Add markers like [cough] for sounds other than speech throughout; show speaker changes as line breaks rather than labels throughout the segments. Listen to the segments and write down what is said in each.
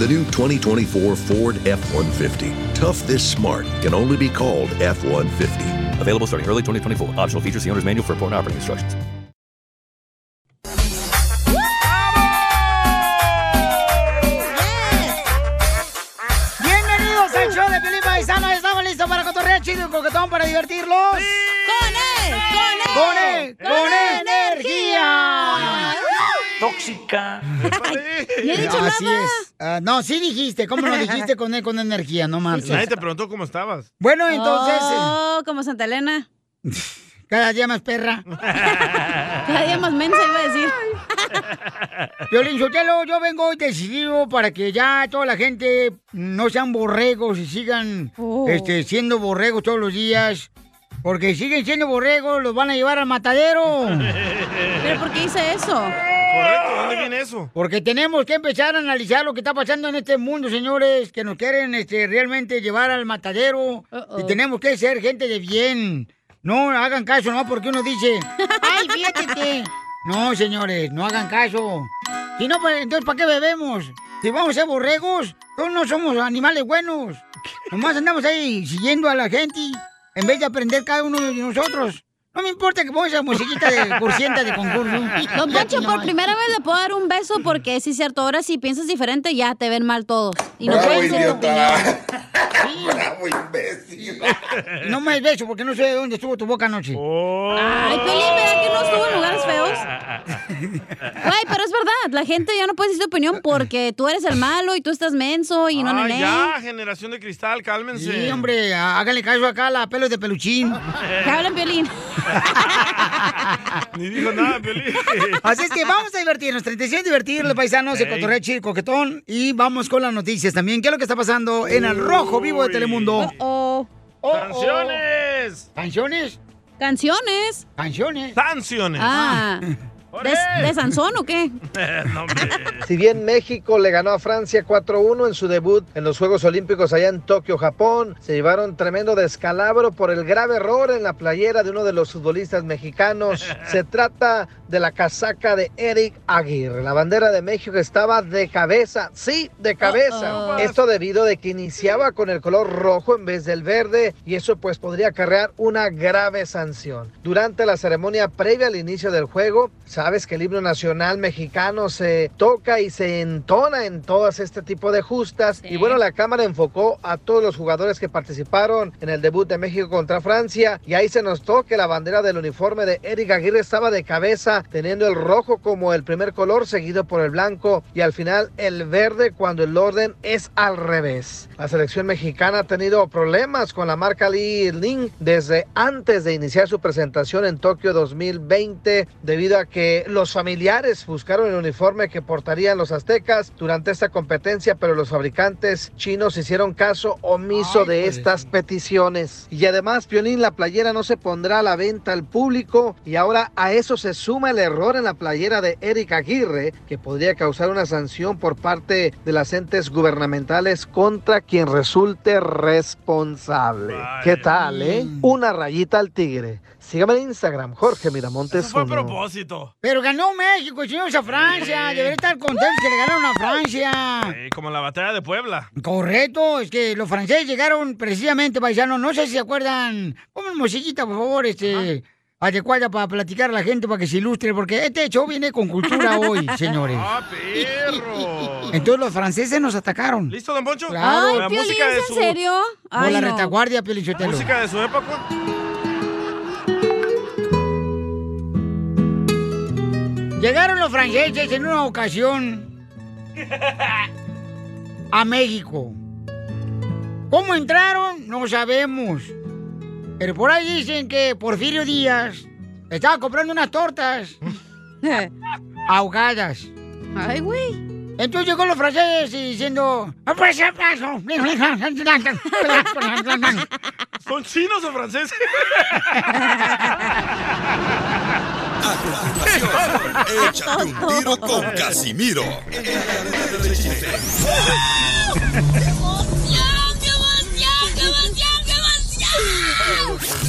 The new 2024 Ford F 150. Tough this smart can only be called F 150.
Available starting early 2024. Optional features. See owner's manual for important operating instructions.
Bienvenidos al show de Pelín Paisano. Estamos listos para cotorrear chido y coquetón para divertirlos.
¡Con él!
¡Con él! ¡Con, energía!
Tóxica.
Así es. Ah, no, sí dijiste. ¿Cómo no dijiste con él con energía? No
Nadie
marches.
te preguntó cómo estabas.
Bueno, entonces,
Oh, como Santa Elena.
eh, [laughs] cada día más perra.
[laughs] Cada día más mensa iba a decir.
[laughs] Violín Sotelo, yo vengo hoy decidido para que ya toda la gente no sean borregos y sigan
Oh.
este, siendo borregos todos los días. Porque siguen siendo borregos, los van a llevar al matadero.
[laughs] ¿Pero por qué hice eso?
Correcto, ¿dónde viene eso?
Porque tenemos que empezar a analizar lo que está pasando en este mundo, señores, que nos quieren este, realmente llevar al matadero.
Uh-oh.
Y tenemos que ser gente de bien. No hagan caso, no, porque uno dice, ay, fíjate que-". No, señores, no hagan caso. Si no, pues, entonces, ¿para qué bebemos? Si vamos a ser borregos, todos no somos animales buenos. Nomás andamos ahí siguiendo a la gente en vez de aprender cada uno de nosotros. No me importa que pongas esa musiquita de cursienta de concurso. [laughs]
Don Poncho, por
Nomás.
primera vez le puedo dar un beso porque sí es cierto, ahora si piensas diferente ya te ven mal todos. Y
Oh.
no puedes ser tu opinión.
[laughs] Bravo, imbécil.
Y No me beso porque no sé de dónde estuvo tu boca anoche.
Oh. Ay, Piolín, ¿verdad que no estuvo en lugares feos? Güey, pero es verdad, la gente ya no puede decir tu opinión porque tú eres el malo y tú estás menso y no,
Ah,
nené.
ya, generación de cristal, cálmense.
Sí, hombre, há- háganle Ah, caso acá a la pelos de peluchín.
Que hablan Piolín.
[laughs] Ni dijo nada, Piolín.
Así es que vamos a divertirnos, 37 divertirnos, paisanos, de
Ey.
cotorreo chido y coquetón. Y vamos con las noticias también. ¿Qué es lo que está pasando en el rojo vivo de Telemundo?
Oh,
Oh, oh.
¡Sanciones!
¿Canciones?
canciones.
¿Canciones?
¡Sanciones!
Ah, ¿de, de Sansón o
[laughs]
qué?
no, hombre.
Si bien México le ganó a Francia 4-1 en su debut en los Juegos Olímpicos allá en Tokio, Japón, se llevaron tremendo descalabro por el grave error en la playera de uno de los futbolistas mexicanos. Se trata de la casaca de Eric Aguirre. La bandera de México estaba de cabeza, sí, de cabeza. Este
Uh-oh.
Esto debido de que iniciaba con el color rojo en vez del verde y eso pues podría acarrear una grave sanción. Durante la ceremonia previa al inicio del juego, sabes que el himno nacional mexicano se toca y se entona en todas este tipo de justas y bueno, la cámara enfocó a todos los jugadores que participaron en el debut de México contra Francia y ahí se notó que la bandera del uniforme de Eric Aguirre estaba de cabeza teniendo el rojo como el primer color seguido por el blanco y al final el verde cuando el orden es al revés. La selección mexicana ha tenido problemas con la marca Li Ning desde antes de iniciar su presentación en Tokio 2020 debido a que los familiares buscaron el uniforme que portarían los aztecas durante esta competencia pero los fabricantes chinos hicieron caso omiso
Ay,
de
pues.
estas peticiones. Y además, Piolín, la playera no se pondrá a la venta al público y ahora a eso se suma el error en la playera de Eric Aguirre, que podría causar una sanción por parte de las entes gubernamentales contra quien resulte responsable.
Vaya. Mm.
¿Qué tal, eh? Una rayita al tigre. Sígame en Instagram, Jorge Miramontes.
Eso fue a
Pues
uno.
propósito.
Pero ganó México, señores, a Francia. Debería estar contentos que le ganaron a Francia.
Eh, como la batalla de Puebla.
Correcto, es que los franceses llegaron precisamente, paisanos, no sé si se acuerdan, ponme musiquita, por favor, este, adecuada para platicar a la gente, para que se ilustre, porque este show viene con cultura
[laughs]
hoy, señores.
¡Ah, perro!
Entonces los franceses nos atacaron.
¿Listo, don Poncho?
Claro.
Ay,
La
Piolín,
música
¿es
de
en
su,
serio?
Por
Ay,
la
no.
retaguardia, Pio Lichotelo.
Música de su época.
Llegaron los franceses en una
[laughs]
ocasión a México. ¿Cómo entraron? No sabemos. Pero por ahí dicen que Porfirio Díaz estaba comprando unas tortas
[laughs]
ahogadas.
Ay, güey.
Entonces llegó los franceses y diciendo... pues".
¿Son chinos o franceses? [laughs]
Échate un
[laughs]
tiro con Casimiro.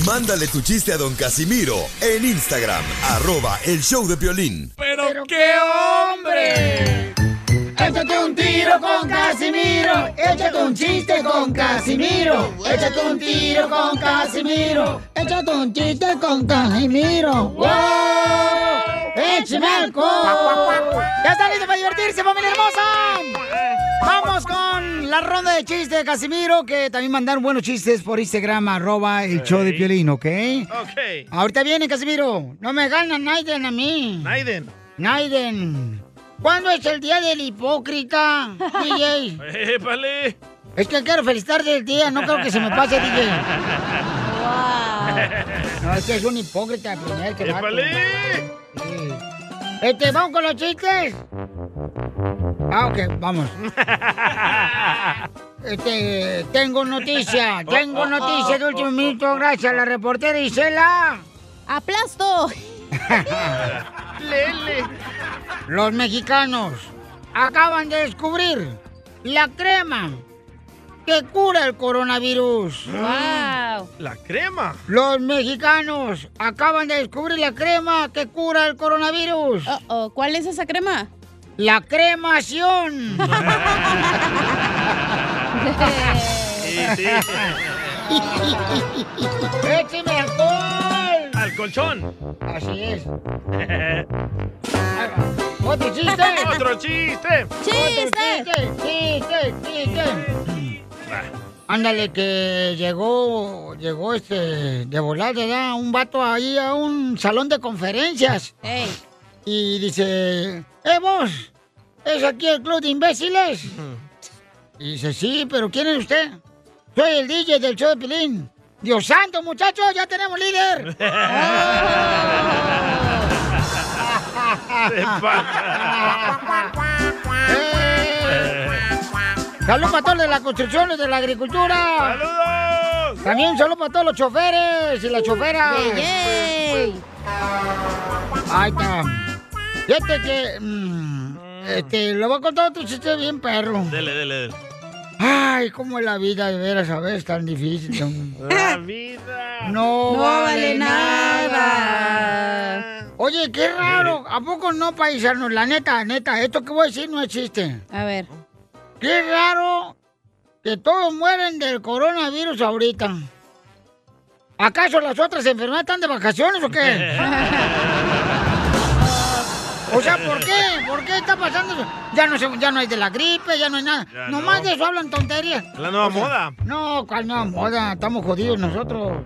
Mándale tu chiste a don Casimiro en Instagram, arroba el show de violín.
¡Pero, qué hombre!
Échate un tiro con Casimiro. Échate un chiste con Casimiro. Échate un tiro con Casimiro. Échate un chiste con Casimiro. ¡Wow! ¡Échame alcohol! ¡Ya está listo para divertirse, familia hermosa! Vamos con la ronda de chistes de Casimiro, que también mandaron buenos chistes por Instagram, arroba el show de Piolín, ¿ok?
Ok.
Ahorita viene, Casimiro. No me gana Naiden a mí.
Naiden.
Naiden. ¿Cuándo es el día del hipócrita, DJ?
[laughs] ¡Épale!
Es que quiero felicitarte el día, no creo que se me pase, DJ. No, es que es un hipócrita, primer que vato.
¡Épale!
Sí. Este, vamos con los chistes. Ah, [laughs] ok,
[laughs]
vamos. Este, tengo noticia, tengo
oh,
noticia de
oh,
último minuto, gracias a la reportera Isela.
¡Aplasto!
Lele. Los mexicanos acaban de descubrir la crema que cura el coronavirus.
¡Wow!
¡La crema!
Los mexicanos acaban de descubrir la crema que cura el coronavirus.
Oh, oh, ¿Cuál es esa crema?
La cremación. [laughs]
Sí, sí.
¡Écheme alcohol!
¡Al colchón!
Así
[laughs]
es. Otro chiste.
¡Otro chiste!
¡Chiste!
Chiste, chiste, chiste. Ándale, que llegó, llegó este, de volar, ¿verdad? Un vato ahí a un salón de conferencias
¡Ey!
y dice, ¡eh, vos! ¿Es aquí el club de imbéciles? Y dice, sí, pero ¿quién es usted? Soy el DJ del show de Pilín. ¡Dios santo, muchachos! ¡Ya tenemos líder! [laughs]
Se pasa.
¡Eh! ¡Salud para todos los de la construcción y de la agricultura!
¡Saludos!
También un saludo para todos los choferes y las choferas.
¡Ey!
Ahí está. Fíjate que. mm, este, lo voy a contar otro chiste bien perro.
Dele, dele, dele.
Ay, cómo es la vida de veras a veces tan
[laughs]
difícil. hombre.
¡La vida!
No,
No vale nada.
Oye, qué raro. ¿A poco no, paisanos? La neta, neta, esto que voy a decir no existe.
A ver.
Qué raro que todos mueren del coronavirus ahorita. ¿Acaso las otras enfermedades están de vacaciones o qué?
[laughs]
O sea, ¿por qué? ¿Por qué está pasando eso? Ya no, se- ya no hay de la gripe, ya no hay nada.
Ya
Nomás
no.
de eso hablan tonterías.
La nueva moda.
No, cuál nueva moda, estamos jodidos nosotros.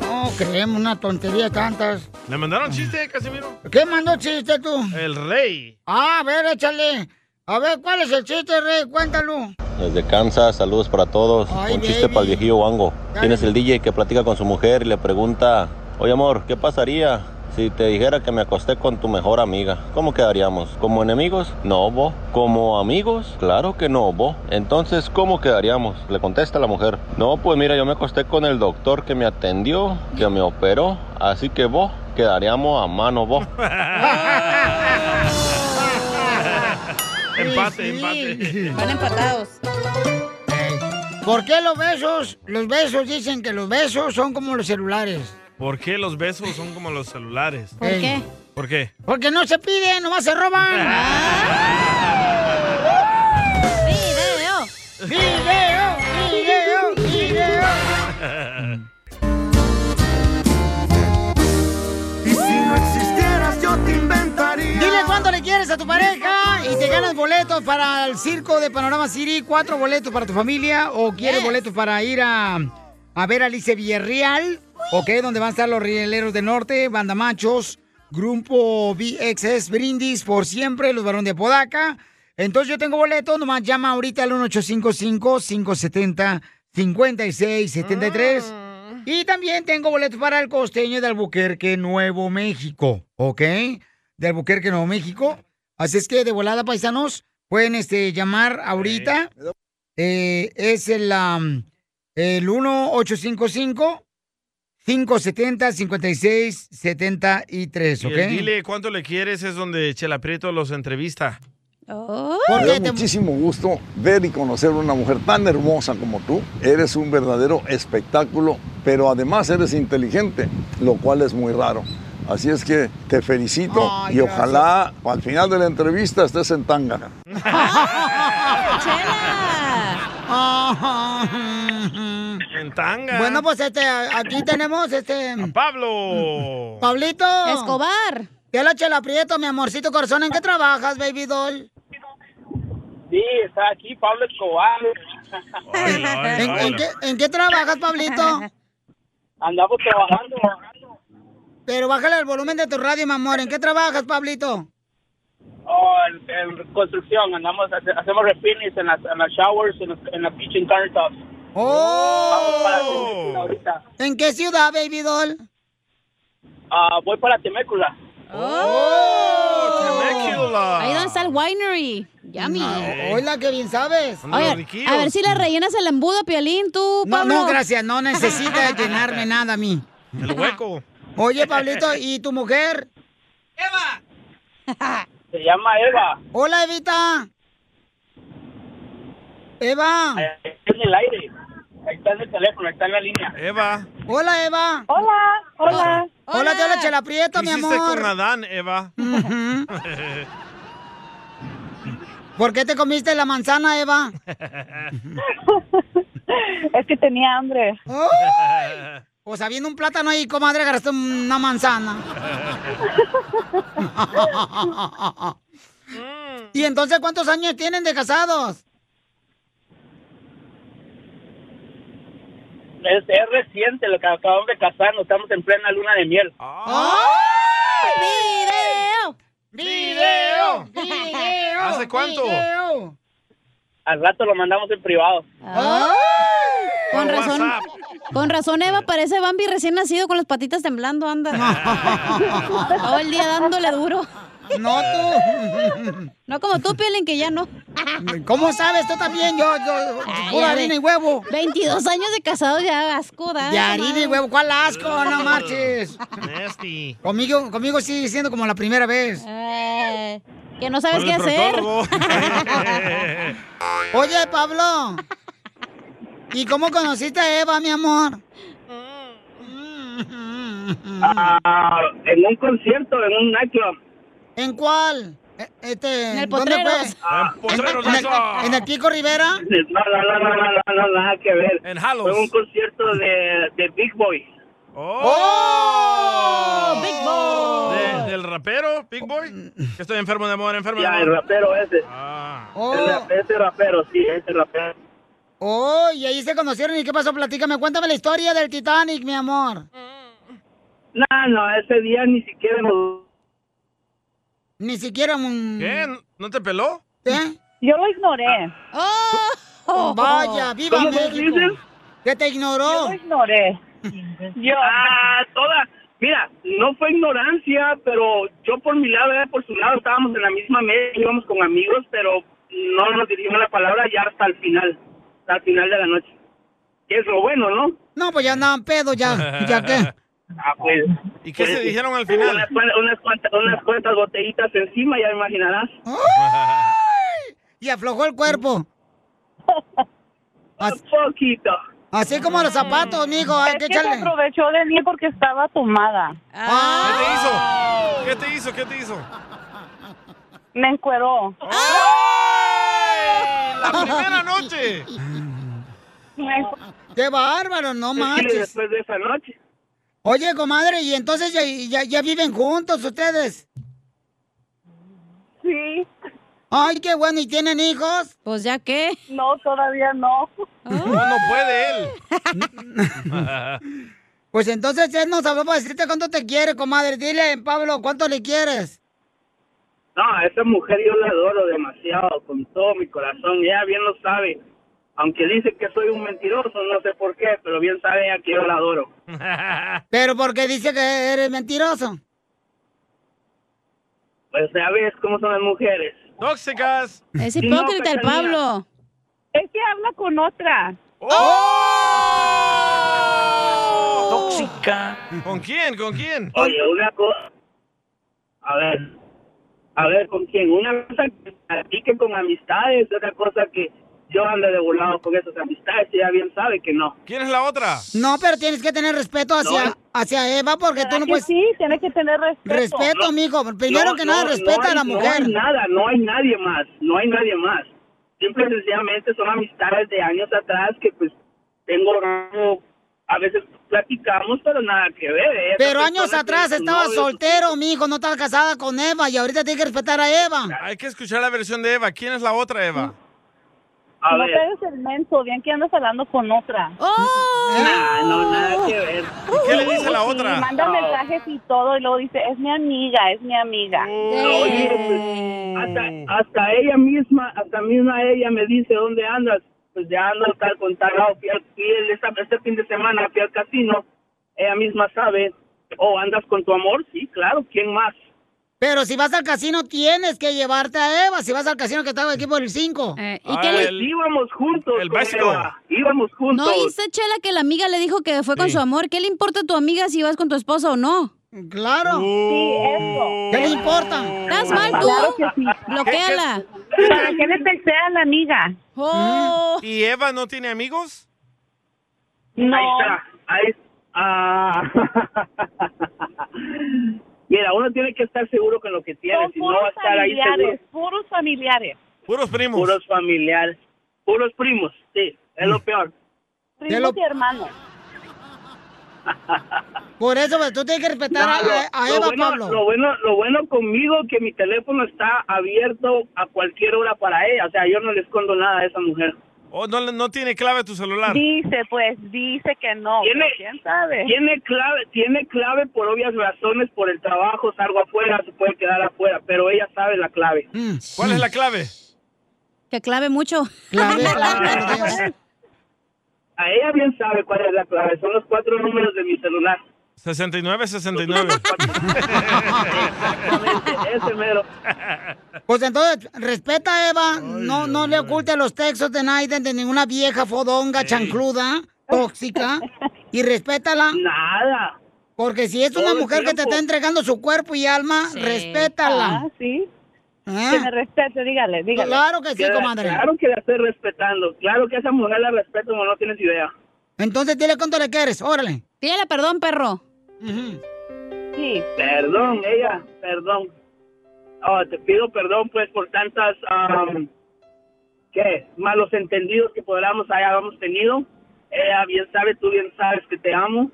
No creemos una tontería tantas.
¿Le mandaron chiste, Casimiro?
¿Qué mandó chiste tú?
El rey.
Ah, a ver, échale. A ver, ¿cuál es el chiste, rey? Cuéntalo.
Desde Kansas, saludos para todos.
Ay,
Un chiste
baby.
para el viejillo Wango.
Dale.
Tienes el DJ que platica con su mujer y le pregunta, oye amor, ¿qué pasaría si te dijera que me acosté con tu mejor amiga? ¿Cómo quedaríamos? ¿Como enemigos? No, bo. ¿Como amigos? Claro que no, bo. Entonces, ¿cómo quedaríamos? Le contesta la mujer. No, pues mira, yo me acosté con el doctor que me atendió, que me operó, así que bo, quedaríamos a mano, bo.
Empate,
Sí,
empate.
sí.
Van empatados.
Ey, ¿Por qué los besos? Los besos dicen que los besos son como los celulares.
¿Por qué los besos son como los celulares?
¿Por
Ey.
qué?
¿Por qué?
Porque no se piden, nomás se
[laughs]
roban.
¡Video!
¡Video! ¡Video! ¡Video!
Y si no existieras, yo te inventaría.
Dile cuánto le quieres a tu pareja y te ganas boletos para el circo de Panorama City, cuatro boletos para tu familia o quieres
Yes.
boletos para ir a, a ver a Alice Villarreal, ok, donde van a estar los rieleros del norte, banda machos, Grupo VXS Brindis por siempre, los varón de Podaca. Entonces yo tengo boletos, nomás llama ahorita al 1855-570-5673. Y también tengo boletos para el costeño de Albuquerque, Nuevo México, ¿ok? De Albuquerque, Nuevo México. Así es que de volada, paisanos, pueden este, llamar ahorita. Eh, es el, am, el 1855 570 5673,
Y
¿ok?
el dile cuánto le quieres es donde Chela Prieto los entrevista.
Oh.
Me da muchísimo gusto ver y conocer a una mujer tan hermosa como tú. Eres un verdadero espectáculo, pero además eres inteligente, lo cual es muy raro. Así es que te felicito
Ay,
y
gracias.
ojalá al final de la entrevista estés en tanga.
En tanga.
Bueno, pues este, aquí tenemos este.
Pablo.
Pablito. Escobar. Ya la chela Prieto, mi amorcito corazón, ¿en qué trabajas, baby doll?
Sí, está aquí Pablo Escobar.
¿En, en qué, en qué trabajas, Pablito?
[laughs] Andamos trabajando.
Pero bájale el volumen de tu radio, mi amor. ¿En qué trabajas, Pablito?
Oh, en, en construcción, andamos, hace- hacemos refinis en las, en las showers, en, los- en las kitchen countertops. Vamos para Temécula ahorita.
¿En qué ciudad, baby doll?
Ah, voy para Temécula. Oh,
Ahí donde está el winery. Yummy.
Ah, hola, qué bien sabes.
Oye, a ver si le rellenas el embudo, Piolín, tú,
No,
Pablo.
no, gracias. No
[laughs]
necesita llenarme nada a mí.
El hueco.
Oye, Pablito, ¿y tu mujer? Eva.
Se llama Eva.
Hola, Evita. Eva.
Está en el aire. Ahí está en el teléfono, ahí está en la línea.
Eva.
Hola, Eva.
Hola, hola.
Hola, te habla Chela Prieto,
¿Qué
mi
hiciste
amor.
con Adán, Eva?
Ujú. ¿Por qué te comiste la manzana, Eva? [laughs] Es que tenía hambre. Pues habiendo un plátano ahí, comadre, agarraste una manzana. ¿Y entonces cuántos años tienen de casados?
Es, es reciente lo que acabamos de casarnos, estamos en plena luna de miel.
¡Video!
¡Video! ¡Video!
¿Hace [laughs] cuánto?
¡Video!
Al rato lo mandamos en privado.
Con razón, con razón, Eva parece Bambi recién nacido con las patitas temblando, anda. Todo el día dándole duro.
No tú.
No como tú, Piolín, que ya no.
¿Cómo sabes? Tú también, yo, yo, pura harina y huevo.
22 años de casado ya, asco, da.
De harina y huevo, ¿cuál asco? No marches.
Nasty.
Conmigo, conmigo sigue siendo como la primera vez.
Eh, que no sabes qué
Con el
hacer. [laughs]
Oye, Pablo. ¿Y cómo conociste a Eva, mi amor?
Ah, en un concierto, en un nightclub.
¿En cuál? E- Este,
En el
¿Dónde
Potreros.
fue?
Ah, en Potreros,
¿En, el-
eso.
en el Pico Rivera?
No, no, no, no, no, no, no, nada que ver.
En
Fue un concierto de, de Big Boy.
[laughs]
Oh.
¡Oh!
Big Boy.
De- ¿Del rapero, Big Boy? Que estoy enfermo de amor, enfermo
Ya, el
de amor. Ah.
rapero ese.
Oh.
Ese, ese rapero, sí, ese rapero.
Oh, y ahí se conocieron. ¿Y qué pasó? Platícame, cuéntame la historia del Titanic, mi amor.
No, no, ese día ni siquiera nos...
Ni siquiera un... ¿Eh?
¿Qué? ¿No te peló?
Yo lo ignoré.
Ah. Oh. Vaya, viva
¿Cómo me
México.
dices?
Que te ignoró.
Yo lo ignoré. Yo.
Ah, toda. Mira, no fue ignorancia, pero yo por mi lado, ella por su lado, estábamos en la misma mesa, íbamos con amigos, pero no nos dirigimos la palabra ya hasta el final, hasta el final de la noche. Que es lo bueno, ¿no?
No, pues ya andaban pedo, ya, ya
[laughs]
qué.
Ah, pues.
¿Y
qué se dijeron al final?
Unas, cuan- unas, cuantas, unas cuantas botellitas encima, ya imaginarás.
Oh. Y aflojó el cuerpo.
Un poquito.
Así como los zapatos, mijo,
Mm. Es
hay que
que se
echarle.
aprovechó de mí porque estaba tomada.
Ah.
¿Qué te hizo? ¿Qué te hizo?
Me encueró.
La primera noche.
¡Qué bárbaro, no
¿Qué quieres
manches!
después de esa noche?
Oye, comadre, ¿y entonces ya, ya, ya viven juntos ustedes?
Sí.
Ay, qué bueno, ¿y tienen hijos?
Pues ya qué.
No, todavía no.
No, no puede él.
Pues entonces él no sabe para decirte cuánto te quiere, comadre. Dile, Pablo, ¿cuánto le quieres?
No, a esa mujer yo la adoro demasiado, con todo mi corazón. Ella bien lo sabe. Aunque dice que soy un mentiroso, no sé por qué, pero bien sabe ella que yo la adoro.
Pero porque dice que eres mentiroso.
Pues ya ves cómo son las mujeres.
¡Tóxicas!
Es hipócrita el Pablo.
Es que habla con otra.
¡Oh!
¡Tóxica! ¿Con quién? ¿Con quién?
Oye, una cosa. A ver. A ver, ¿con quién? Una cosa que platique con amistades, otra cosa que yo ande de volado con esas amistades, ella bien sabe que no.
¿Quién es la otra?
No, pero tienes que tener respeto hacia,
No.
hacia Eva porque tú no puedes...
Sí, tienes que tener respeto.
Respeto, mijo. Primero
No,
que nada,
no,
respeta
no
a la
hay-
mujer.
No hay nada, no hay nadie más, no hay nadie más. Simple y sencillamente son amistades de años atrás que pues tengo, como- a veces platicamos, pero nada que ver. ¿eh? Esa
Pero años
persona
atrás
tiene su
estaba
novio,
soltero, mijo, no estaba casada con Eva y ahorita tiene que respetar a Eva.
Hay que escuchar la versión de Eva. ¿Quién es la otra Eva?
no te des el menso, bien que andas hablando con otra.
Nah, no, nada
que ver.
¡Oh! ¿Qué le dice la otra?
Sí, manda mensajes y todo, y luego dice, es mi amiga, es mi amiga.
Oye, pues, hasta, hasta ella misma, hasta misma ella me dice dónde andas. Pues ya ando tal con tal lado, fui al- fui el- esta- este fin de semana fui al casino. Ella misma sabe. ¿O andas con tu amor? Sí, claro, ¿quién más?
Pero si vas al casino tienes que llevarte a Eva, si vas al casino que estaba aquí por el 5.
Eh,
¿y qué le- Pues
íbamos juntos.
Ah, El
con
básico.
Eva, Íbamos juntos.
No, y esta chela que la amiga le dijo que fue con su amor. ¿Qué le importa a tu amiga si vas con tu esposa o no?
Claro.
Sí, eso.
¿Qué le importa?
Estás mal tú.
Claro que sí.
Bloquéala.
¿Para qué le pensé a la amiga?
Mm. ¿Y Eva no tiene amigos?
Ahí está. Ahí,
[laughs]
ah. Mira, uno tiene que estar seguro con lo que tiene.
Son
Si no va a
puros
estar ahí seguro.
familiares, puros familiares.
Puros primos.
Puros familiares. Puros primos, sí. Es
Mm.
lo peor.
Primos y hermanos.
Por eso, pues, tú tienes que respetar
No,
a, e- a
lo
Eva,
bueno,
Pablo.
Lo bueno, lo bueno conmigo que mi teléfono está abierto a cualquier hora para ella. O sea, yo no le escondo nada a esa mujer.
¿O no, le- no tiene clave tu celular?
Dice, pues, dice que no.
Tiene-
pero ¿Quién sabe?
Tiene clave, tiene clave por obvias razones, por el trabajo, salgo afuera, se puede quedar afuera, pero ella sabe la clave.
¿Cuál es la clave?
Que clave mucho. [laughs]
A ella bien sabe cuál es la clave. Son los cuatro números de mi celular.
69, 69.
Ese mero.
Pues entonces, respeta a Eva, no, no le oculte los textos de Naiden de ninguna vieja fodonga, chancluda, tóxica, y respétala.
Nada.
Porque si es
Todo
una
el
mujer que te
tiempo.
está entregando su cuerpo y alma, respétala.
Ah, sí.
Ah.
Que me respete, dígale, dígale.
Claro que sí,
Que la-
comadre.
Claro que la estoy respetando. Claro que a esa mujer la respeto como no tienes idea.
Entonces dile cuánto le quieres, órale.
Pídele perdón, perro.
Sí.
Perdón, ella, perdón. Oh, te pido perdón, pues, por tantas, am, ¿qué? Malos entendidos que podamos hayamos tenido. Ella bien sabe, tú bien sabes que te amo.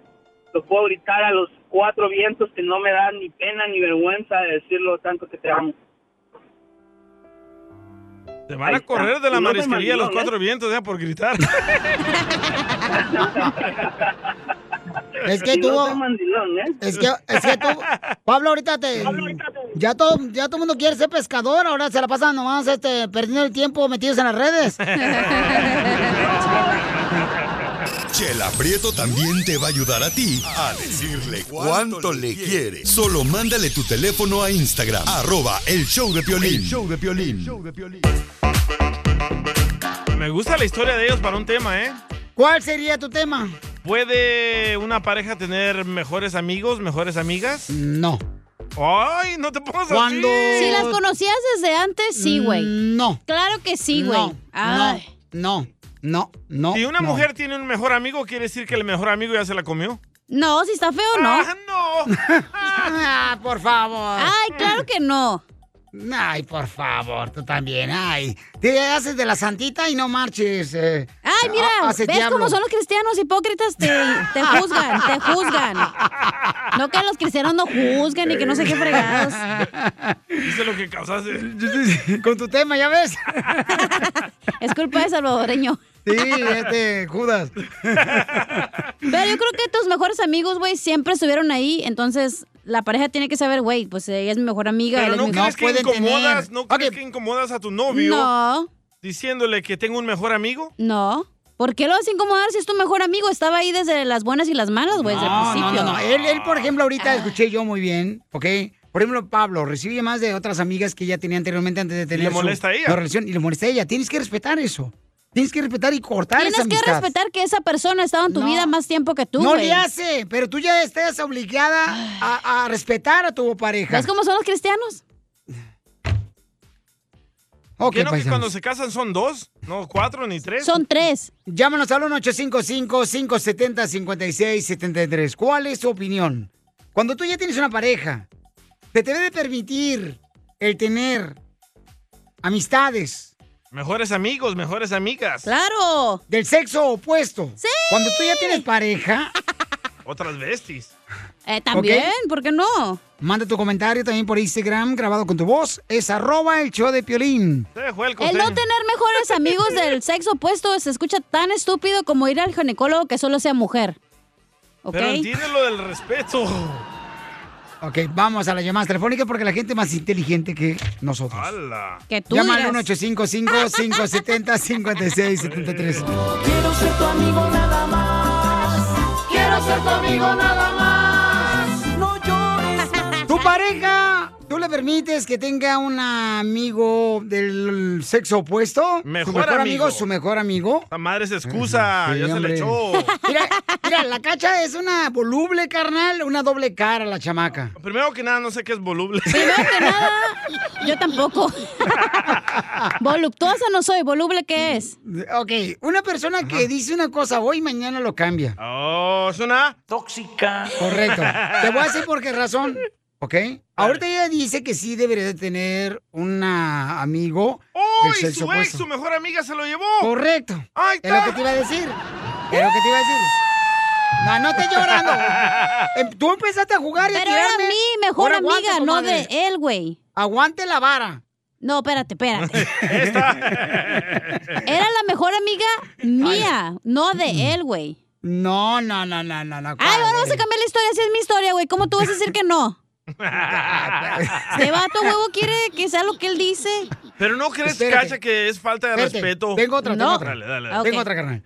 Lo puedo gritar a los cuatro vientos que no me da ni pena ni vergüenza de decirlo tanto que te amo.
Te van
Ahí
a
está.
correr de la
No me
marisquería a los
mandó, ¿eh?
cuatro vientos ya por gritar.
Es que
Y
tú.
no soy mandilón, ¿eh?
Es que, es que tú, Pablo, ahorita te. Ya todo, ya todo el mundo quiere ser pescador, ahora se la pasan nomás este, perdiendo el tiempo metidos en
[laughs]
las redes.
Chela Prieto también te va a ayudar a ti a decirle cuánto le quiere. Solo mándale tu teléfono a Instagram, arroba el show de Piolín. show de Piolín.
Me gusta la historia de ellos para un tema, ¿eh?
¿Cuál sería tu tema?
¿Puede una pareja tener mejores amigos, mejores amigas?
No.
¡Ay, no te pongas
Cuando- Mm,
así!
Si las conocías desde antes, sí, güey.
No.
Claro que sí, güey.
No,
Ay.
No, no, no.
Si una
no.
mujer tiene un mejor amigo, ¿quiere decir que el mejor amigo ya se
[laughs]
la comió?
No, si está feo, no.
Ah, no!
Ah, por favor.
Ay, claro que no.
Ay, por favor, tú también. Ay, te haces de la santita y no marches. eh.
Ay, mira,
Ah,
¿ves
haces diablo.
cómo son los cristianos hipócritas? Te, te juzgan, te juzgan. No que los cristianos no juzguen y que no sé qué
[laughs]
fregados.
Dice lo que causaste.
Con tu tema, ya ves.
Es culpa de salvadoreño.
Sí, este, Judas.
Pero yo creo que tus mejores amigos, güey, siempre estuvieron ahí. Entonces, la pareja tiene que saber, güey, pues ella es mi mejor amiga.
Pero
él
no
es mi
crees que incomodas,
no.
no crees que incomodas a tu novio
No.
diciéndole que tengo un mejor amigo.
¿Por qué lo vas a incomodar si es tu mejor amigo? Estaba ahí desde las buenas y las malas, güey, desde el
No, no,
Pues principio.
no, no. Él, él, por ejemplo, ahorita escuché yo muy bien, ¿ok? Por ejemplo, Pablo recibe más de otras amigas que ella tenía anteriormente antes de tener
le
su-
molesta a ella.
su relación y le molesta a ella. Tienes que respetar eso. Tienes que respetar y cortar
Tienes
esa
que
amistad.
respetar que esa persona ha estado en tu vida más tiempo que tú,
no
güey.
le hace, pero tú ya estás obligada a, a respetar a tu pareja.
¿Ves cómo son los cristianos?
Ok,
¿Qué no que
paisanos.
cuando se casan son dos? No, cuatro ni tres.
tres.
Llámanos al 1-855-570-5673. ¿Cuál es tu opinión? Cuando tú ya tienes una pareja, ¿te debe de permitir el tener amistades?
Mejores amigos, mejores amigas.
¡Claro!
Del sexo opuesto. Sí. Cuando tú ya tienes pareja,
Otras besties.
Eh, [laughs] también,
Ok.
¿por qué no?
manda tu comentario también por Instagram grabado con tu voz. Es arroba el show de Piolín.
El no tener mejores amigos del sexo opuesto se escucha tan estúpido como ir al ginecólogo que solo sea mujer. ¿Ok?
Pero entiende lo del respeto.
Ok, vamos a las llamadas telefónicas porque la gente es más inteligente que nosotros.
¡Hala!
Que
Llama al 1-855-570-5673.
Quiero ser tu amigo nada más. Quiero ser tu amigo nada más. No llores.
¿Tu pareja, tú le permites que tenga un amigo del sexo opuesto? ¿Su
Mejor
mejor
amigo.
amigo? ¿Su mejor amigo?
La madre se excusa,
Sí,
ya se
hombre.
le echó.
Mira, mira, la cacha es una voluble, carnal, una doble cara la chamaca.
Primero que nada, no sé qué es voluble. [laughs]
Yo tampoco. Voluptuosa no soy, voluble qué es.
Ok, una persona que dice una cosa hoy, mañana lo cambia.
Oh, es una tóxica. [laughs]
Correcto. Te voy a decir por qué razón, ¿ok? Ahorita ella dice que sí debería de tener un amigo del
¡Uy!
sexo
Su ex, su
opuesto.
mejor amiga se lo llevó.
Correcto.
Ahí
Es lo
está.
que te iba a decir. Es lo que te iba a decir. No, no estés
[laughs]
llorando. Em, Tú empezaste a jugar y a
Pero era
tirarme.
mi mejor
Ahora aguanta,
amiga, no de
comadre.
él, güey.
Aguante la vara.
No, espérate,
[laughs]
espérate. [laughs] Era la mejor amiga mía, no de él, güey.
No, no, no, no, no, no.
Ay, ahora vas a cambiar la historia, si es mi historia, güey. ¿Cómo tú vas a decir que no?
[laughs]
Este vato huevo quiere que sea lo que él dice.
Pero no crees,
Espérate.
Cacha, que es falta de
Espérate,
respeto.
Tengo otra, tengo otra.
Dale, dale.
Tengo otra, carnal.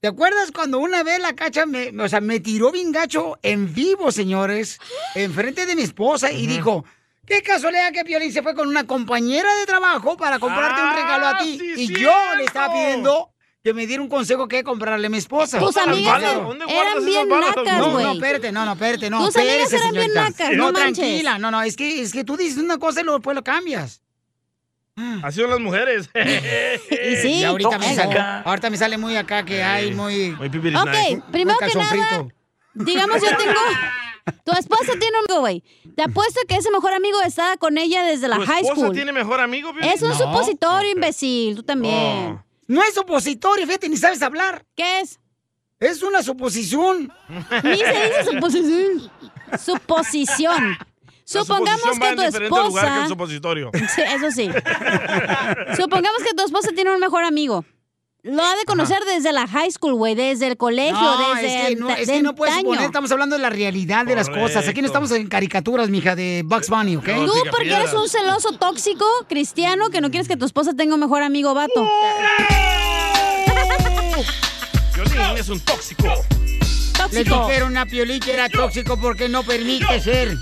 ¿Te acuerdas cuando una vez la cacha me, o sea, me tiró bien gacho en vivo, señores, enfrente de mi esposa y dijo, qué casualidad que Piolín se fue con una compañera de trabajo para comprarte un regalo
Ah,
a ti? y yo le estaba pidiendo que me diera un consejo que comprarle a mi esposa.
Tus
Las
amigas
balas.
eran- ¿Dónde guardas eran esas bien balas? nacas,
No, no,
güey.
espérate, no, no, espérate, no.
Tus amigas
espérese,
eran bien
señorita.
nacas, no manches.
tranquila, no, no, es que, es que tú dices una cosa y luego después lo cambias.
Así son las mujeres.
[laughs]
y
Y ahorita me, sale, ahorita me sale muy acá que hay muy.
Muy
Ok, primero que nada, digamos yo tengo... Tu esposa tiene un amigo, güey. Te apuesto que ese mejor amigo estaba con ella desde la
¿Tu
high
esposa
school.
tiene mejor amigo? Piolín?
Es un supositorio, imbécil. Tú también.
Oh.
No es supositorio, fíjate, ni sabes hablar.
¿Qué es?
Es una suposición.
Ni se dice suposición. Suposición.
La
Supongamos
suposición va
que
en
tu
diferente lugar que
esposa.
el supositorio.
[laughs] Sí, eso sí. Supongamos que tu esposa tiene un mejor amigo. Lo ha de conocer desde la high school, güey, desde el colegio,
No,
desde
es que no,
anta-
es
de
que no puedes
antaño.
suponer, estamos hablando de la realidad de las cosas. Aquí no estamos en caricaturas, mija, de Bugs Bunny, ¿ok?
Tú porque eres un celoso tóxico cristiano que no quieres que tu esposa tenga un mejor amigo vato.
¡Eh! Piolín es un tóxico.
Le
Tóxico.
dijeron a Piolín que era tóxico porque no permite ser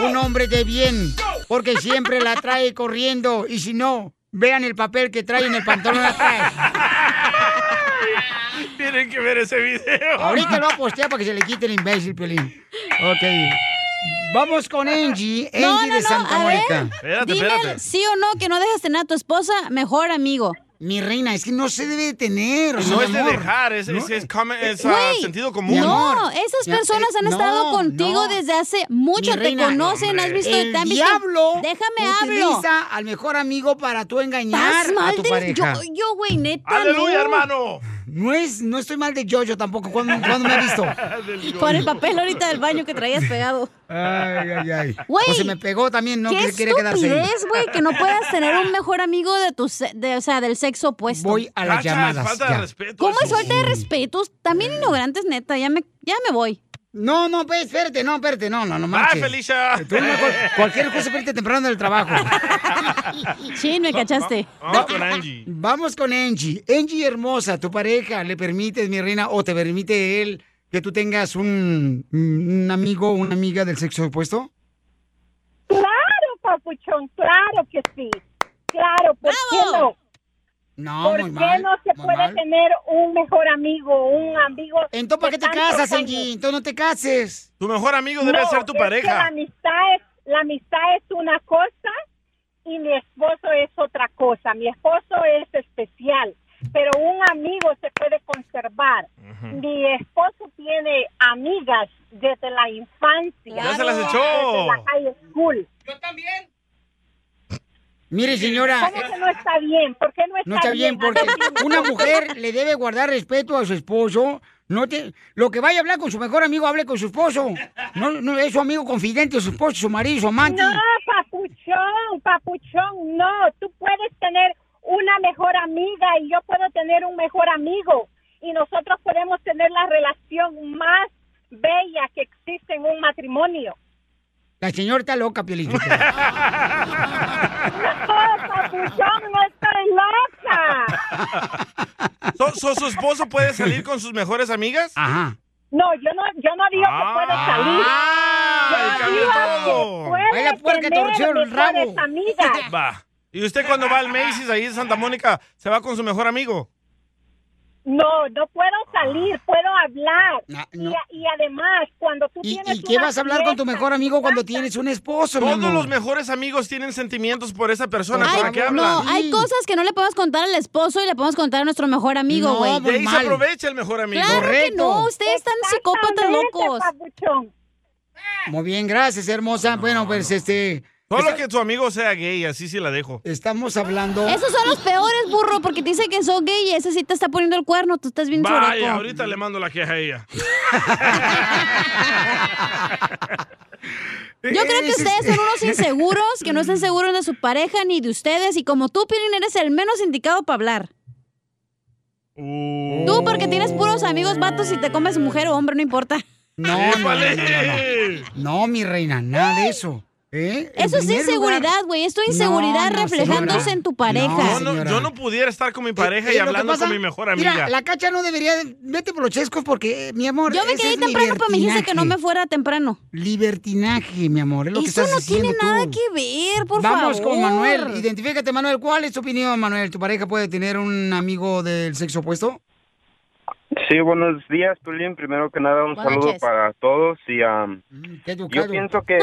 un hombre de bien. Porque siempre la trae corriendo. Y si no, vean el papel que trae en el pantalón atrás.
[laughs] Tienen que ver ese video.
Ahorita lo va a postear para que se le quite el imbécil, Piolín. Ok. Vamos con Angie. Angie
No, no,
de
no,
Santa
a ver,
Mónica.
dime sí o no que no dejas tener a tu esposa mejor amigo.
Mi reina, es que no se debe de tener. o sea,
No
mi
es de
amor. eh,
dejar, es, es, es common- es, ah,
Güey,
sentido común.
No, esas personas han
no,
estado contigo
no.
desde hace mucho,
Mi
te
reina,
conocen,
hombre,
has visto,
el
te han visto.
diablo
Déjame hablo.
Utiliza al mejor amigo para tú engañar
Estás
a
mal
tu
del-
pareja.
Yo, yo, güey, neta.
¡Aleluya,
no.
hermano!
No es, no estoy mal de Jojo tampoco. ¿Cuándo, cuándo me ha [laughs] visto?
Por el papel ahorita del baño que traías pegado.
Ay, ay, ay.
Güey,
Pues se me pegó también, no
Qué
que quiere quedarse. ahí.
estupidez, güey, que no puedas tener un mejor amigo de tu, se- de- o sea, del sexo opuesto.
Voy a las Cacha, es llamadas, falta de ya. respeto
¿Cómo es
eso. Eh.
falta de respeto? También ignorantes, neta, ya me, ya me voy.
No, no, pues, espérate, no, espérate, no, no, no
Ay,
marches.
Felicia.
Tú, una co- cualquier cosa, espérate temprano del trabajo.
[laughs] Sí, me cachaste.
Ah,
Vamos con Angie. Vamos con Angie. Angie hermosa, tu pareja, ¿le permites, mi reina, o te permite él que tú tengas un, un amigo o una amiga del sexo opuesto?
Claro, papuchón, claro que sí. Claro, ¿por qué no?
No,
¿Por
muy
qué
mal.
no se
muy
puede
mal.
tener un mejor amigo, un amigo?
Entonces, ¿para qué te casas, Angie? Entonces, no te cases.
Tu mejor amigo debe ser tu pareja.
la amistad es la amistad es una cosa y mi esposo es otra cosa. Mi esposo es especial, pero un amigo se puede conservar. Mi esposo tiene amigas desde la infancia.
Ya se las echó.
Desde la high school.
Mire, señora. eh,
¿Cómo que no está bien? ¿Por qué no está,
No está bien, porque [laughs] una mujer le debe guardar respeto a su esposo. No te, lo que vaya a hablar con su mejor amigo, hable con su esposo. No, no es su amigo confidente, su esposo, su marido, su amante.
No, papuchón, papuchón, no. Tú puedes tener una mejor amiga y yo puedo tener un mejor amigo. Y nosotros podemos tener la relación más bella que existe en un matrimonio.
La señora está loca, [laughs] Piolín.
No, papuchón, no estoy loca.
So- so- ¿Su esposo puede salir con sus mejores amigas?
Ajá.
No, yo no, yo no digo que puedo salir.
¡Ah!
Yo
¡Cambia
digo
todo!
que puedes
Ahí la puerca
tener
torció el rabo.
mejores amigas.
[laughs] Va. ¿Y usted cuando va al Macy's ahí en Santa Mónica, se va con su mejor amigo?
No, no puedo salir, puedo hablar.
Ah, no.
Y, a- y además, cuando tú
¿Y,
tienes
y qué
una
vas a hablar con tu
fiesta-
mejor amigo cuando tienes un esposo, mi
Todos
amor?
los mejores amigos tienen sentimientos por esa persona.
Ay,
¿Para qué hablan?
no, hay cosas que no le podemos contar al esposo y le podemos contar a nuestro mejor amigo,
No, pues
güey.
de ahí se aprovecha el mejor amigo.
Claro que no, ustedes están psicópatas locos.
Muy bien, gracias, hermosa. Bueno, pues este.
Solo que tu amigo sea gay, así sí la dejo.
Estamos hablando.
Esos son los peores, burro, porque te dice que son gay y ese sí te está poniendo el cuerno, tú estás bien
Vaya,
choreco.
ahorita le mando la queja a ella.
Yo creo que ustedes son unos inseguros, que no están seguros de su pareja ni de ustedes, y como tú, Piolín, eres el menos indicado para hablar. Tú, porque tienes puros amigos vatos y te comes mujer o hombre, no importa.
No, no, no, no, no, no. No, mi reina, nada de eso. ¿Eh? En
Eso es
primer
inseguridad, güey. Es tu inseguridad
No, no,
reflejándose
señora.
en tu pareja.
Yo no- yo no pudiera estar con mi pareja y
Eh, lo que
hablando
pasa-
con mi mejor amiga.
Mira, la cacha no debería. Vete por los chescos porque, eh, mi amor.
Yo me
ese
quedé
es mi
temprano, pero me dijiste que no me
libertinaje.
fuera temprano.
Libertinaje, mi amor. Es lo que
Eso
estás
no
haciendo
tiene
tú.
nada que ver, por
Vamos
favor.
con Manuel. Identifícate, Manuel. ¿Cuál es tu opinión, Manuel? ¿Tu pareja puede tener un amigo del sexo opuesto?
Sí, buenos días, Tulín. Primero que nada, un
Buenas
saludo
noches.
para todos y am,
Mm, Qué educado.
yo pienso que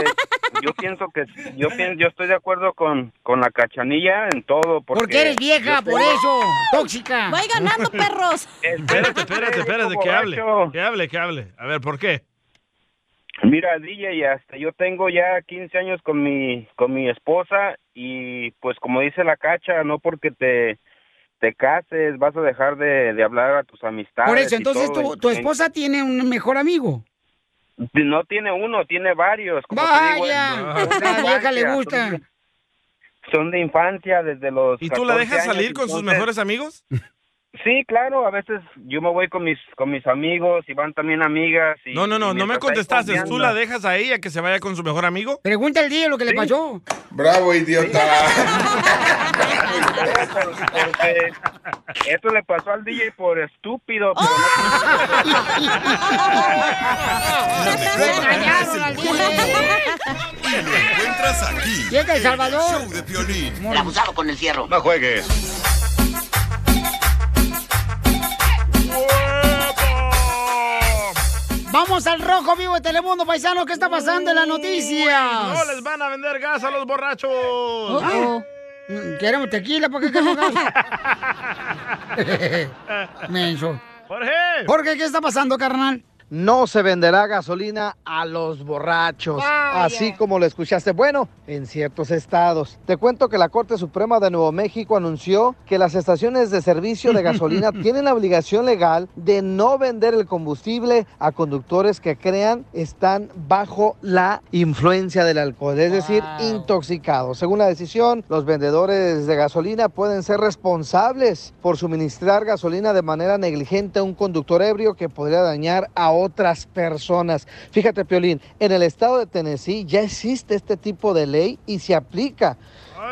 yo pienso que yo pien- yo estoy de acuerdo con, con la cachanilla en todo porque,
Porque eres vieja,
yo
por
soy-
eso. Tóxica.
Voy ganando, perros.
Espérate, espérate, espérate, que hable. Que hable, que hable. A ver, ¿por qué?
Mira, DJ, hasta yo tengo ya 15 años con mi con mi esposa y pues como dice la cacha, no porque te te cases vas a dejar de, de hablar a tus amistades.
Por eso,
y
entonces
todo.
tu, tu esposa tiene un mejor amigo.
no tiene uno, tiene varios. Como te digo,
Vaya,
son
Ah.
a
de
la vieja le
infancia,
gusta.
son de- Son de infancia desde los.
¿Y tú la
14
dejas
años,
salir con sus
entonces-
mejores amigos?
Sí, claro, a veces yo me voy con mis con mis amigos y van también amigas. Y,
No, no, no,
y
no me
mientras ahí
contestaste. ¿Tú
confiando.
la dejas a ella que se vaya con su mejor amigo?
Pregunta al día lo que le
[laughs]
pasó.
Bravo, idiota.
Porque eso le pasó al DJ por estúpido. Pero
[laughs]
[laughs]
Encuentras aquí.
Llega El Salvador.
Show de Piolín.
El abusado
con el cierro. No juegues.
Vamos al rojo vivo de Telemundo, paisano. ¿Qué está pasando en las noticias?
No les van a vender gas a los borrachos.
Ah, mm, Queremos tequila, ¿por qué queremos gas? [laughs] Menso.
Jorge.
[laughs]
Jorge, ¿qué está pasando, carnal?
no se venderá gasolina a los borrachos, así como lo escuchaste. Bueno, en ciertos estados. Te cuento que la Corte Suprema de Nuevo México anunció que las estaciones de
[laughs]
servicio de gasolina [laughs] tienen la obligación legal de no vender el combustible a conductores que crean están bajo la influencia del alcohol, es decir, intoxicados. Según la decisión, los vendedores de gasolina pueden ser responsables por suministrar gasolina de manera negligente a un conductor ebrio que podría dañar a otras personas. Fíjate, Piolín, en el estado de Tennessee ya existe este tipo de ley y se aplica.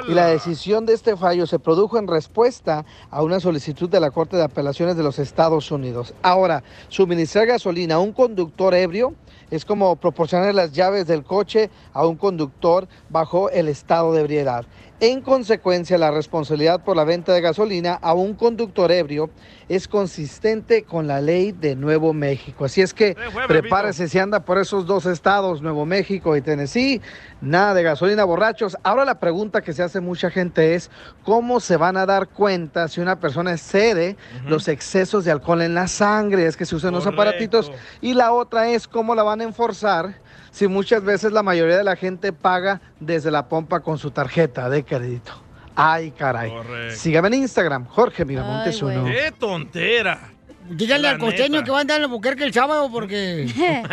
Y la decisión de este fallo se produjo en respuesta a una solicitud de la Corte de Apelaciones de los Estados Unidos. Ahora, suministrar gasolina a un conductor ebrio es como proporcionar las llaves del coche a un conductor bajo el estado de ebriedad. En consecuencia, la responsabilidad por la venta de gasolina a un conductor ebrio es consistente con la ley de Nuevo México. Así es que prepárese si anda por esos dos estados, Nuevo México y Tennessee, nada de gasolina borrachos. Ahora la pregunta que se hace mucha gente es, ¿cómo se van a dar cuenta si una persona excede los excesos de alcohol en la sangre? Es que se usan los aparatitos. Y la otra es, ¿cómo la van a enforzar? si muchas veces la mayoría de la gente paga desde la pompa con su tarjeta de crédito. Ay, caray. Sígame en Instagram, Jorge Miramontes uno.
¡Qué tontera!
Eh, Díganle
La
al costeño
neta.
que va a andar en Albuquerque el sábado porque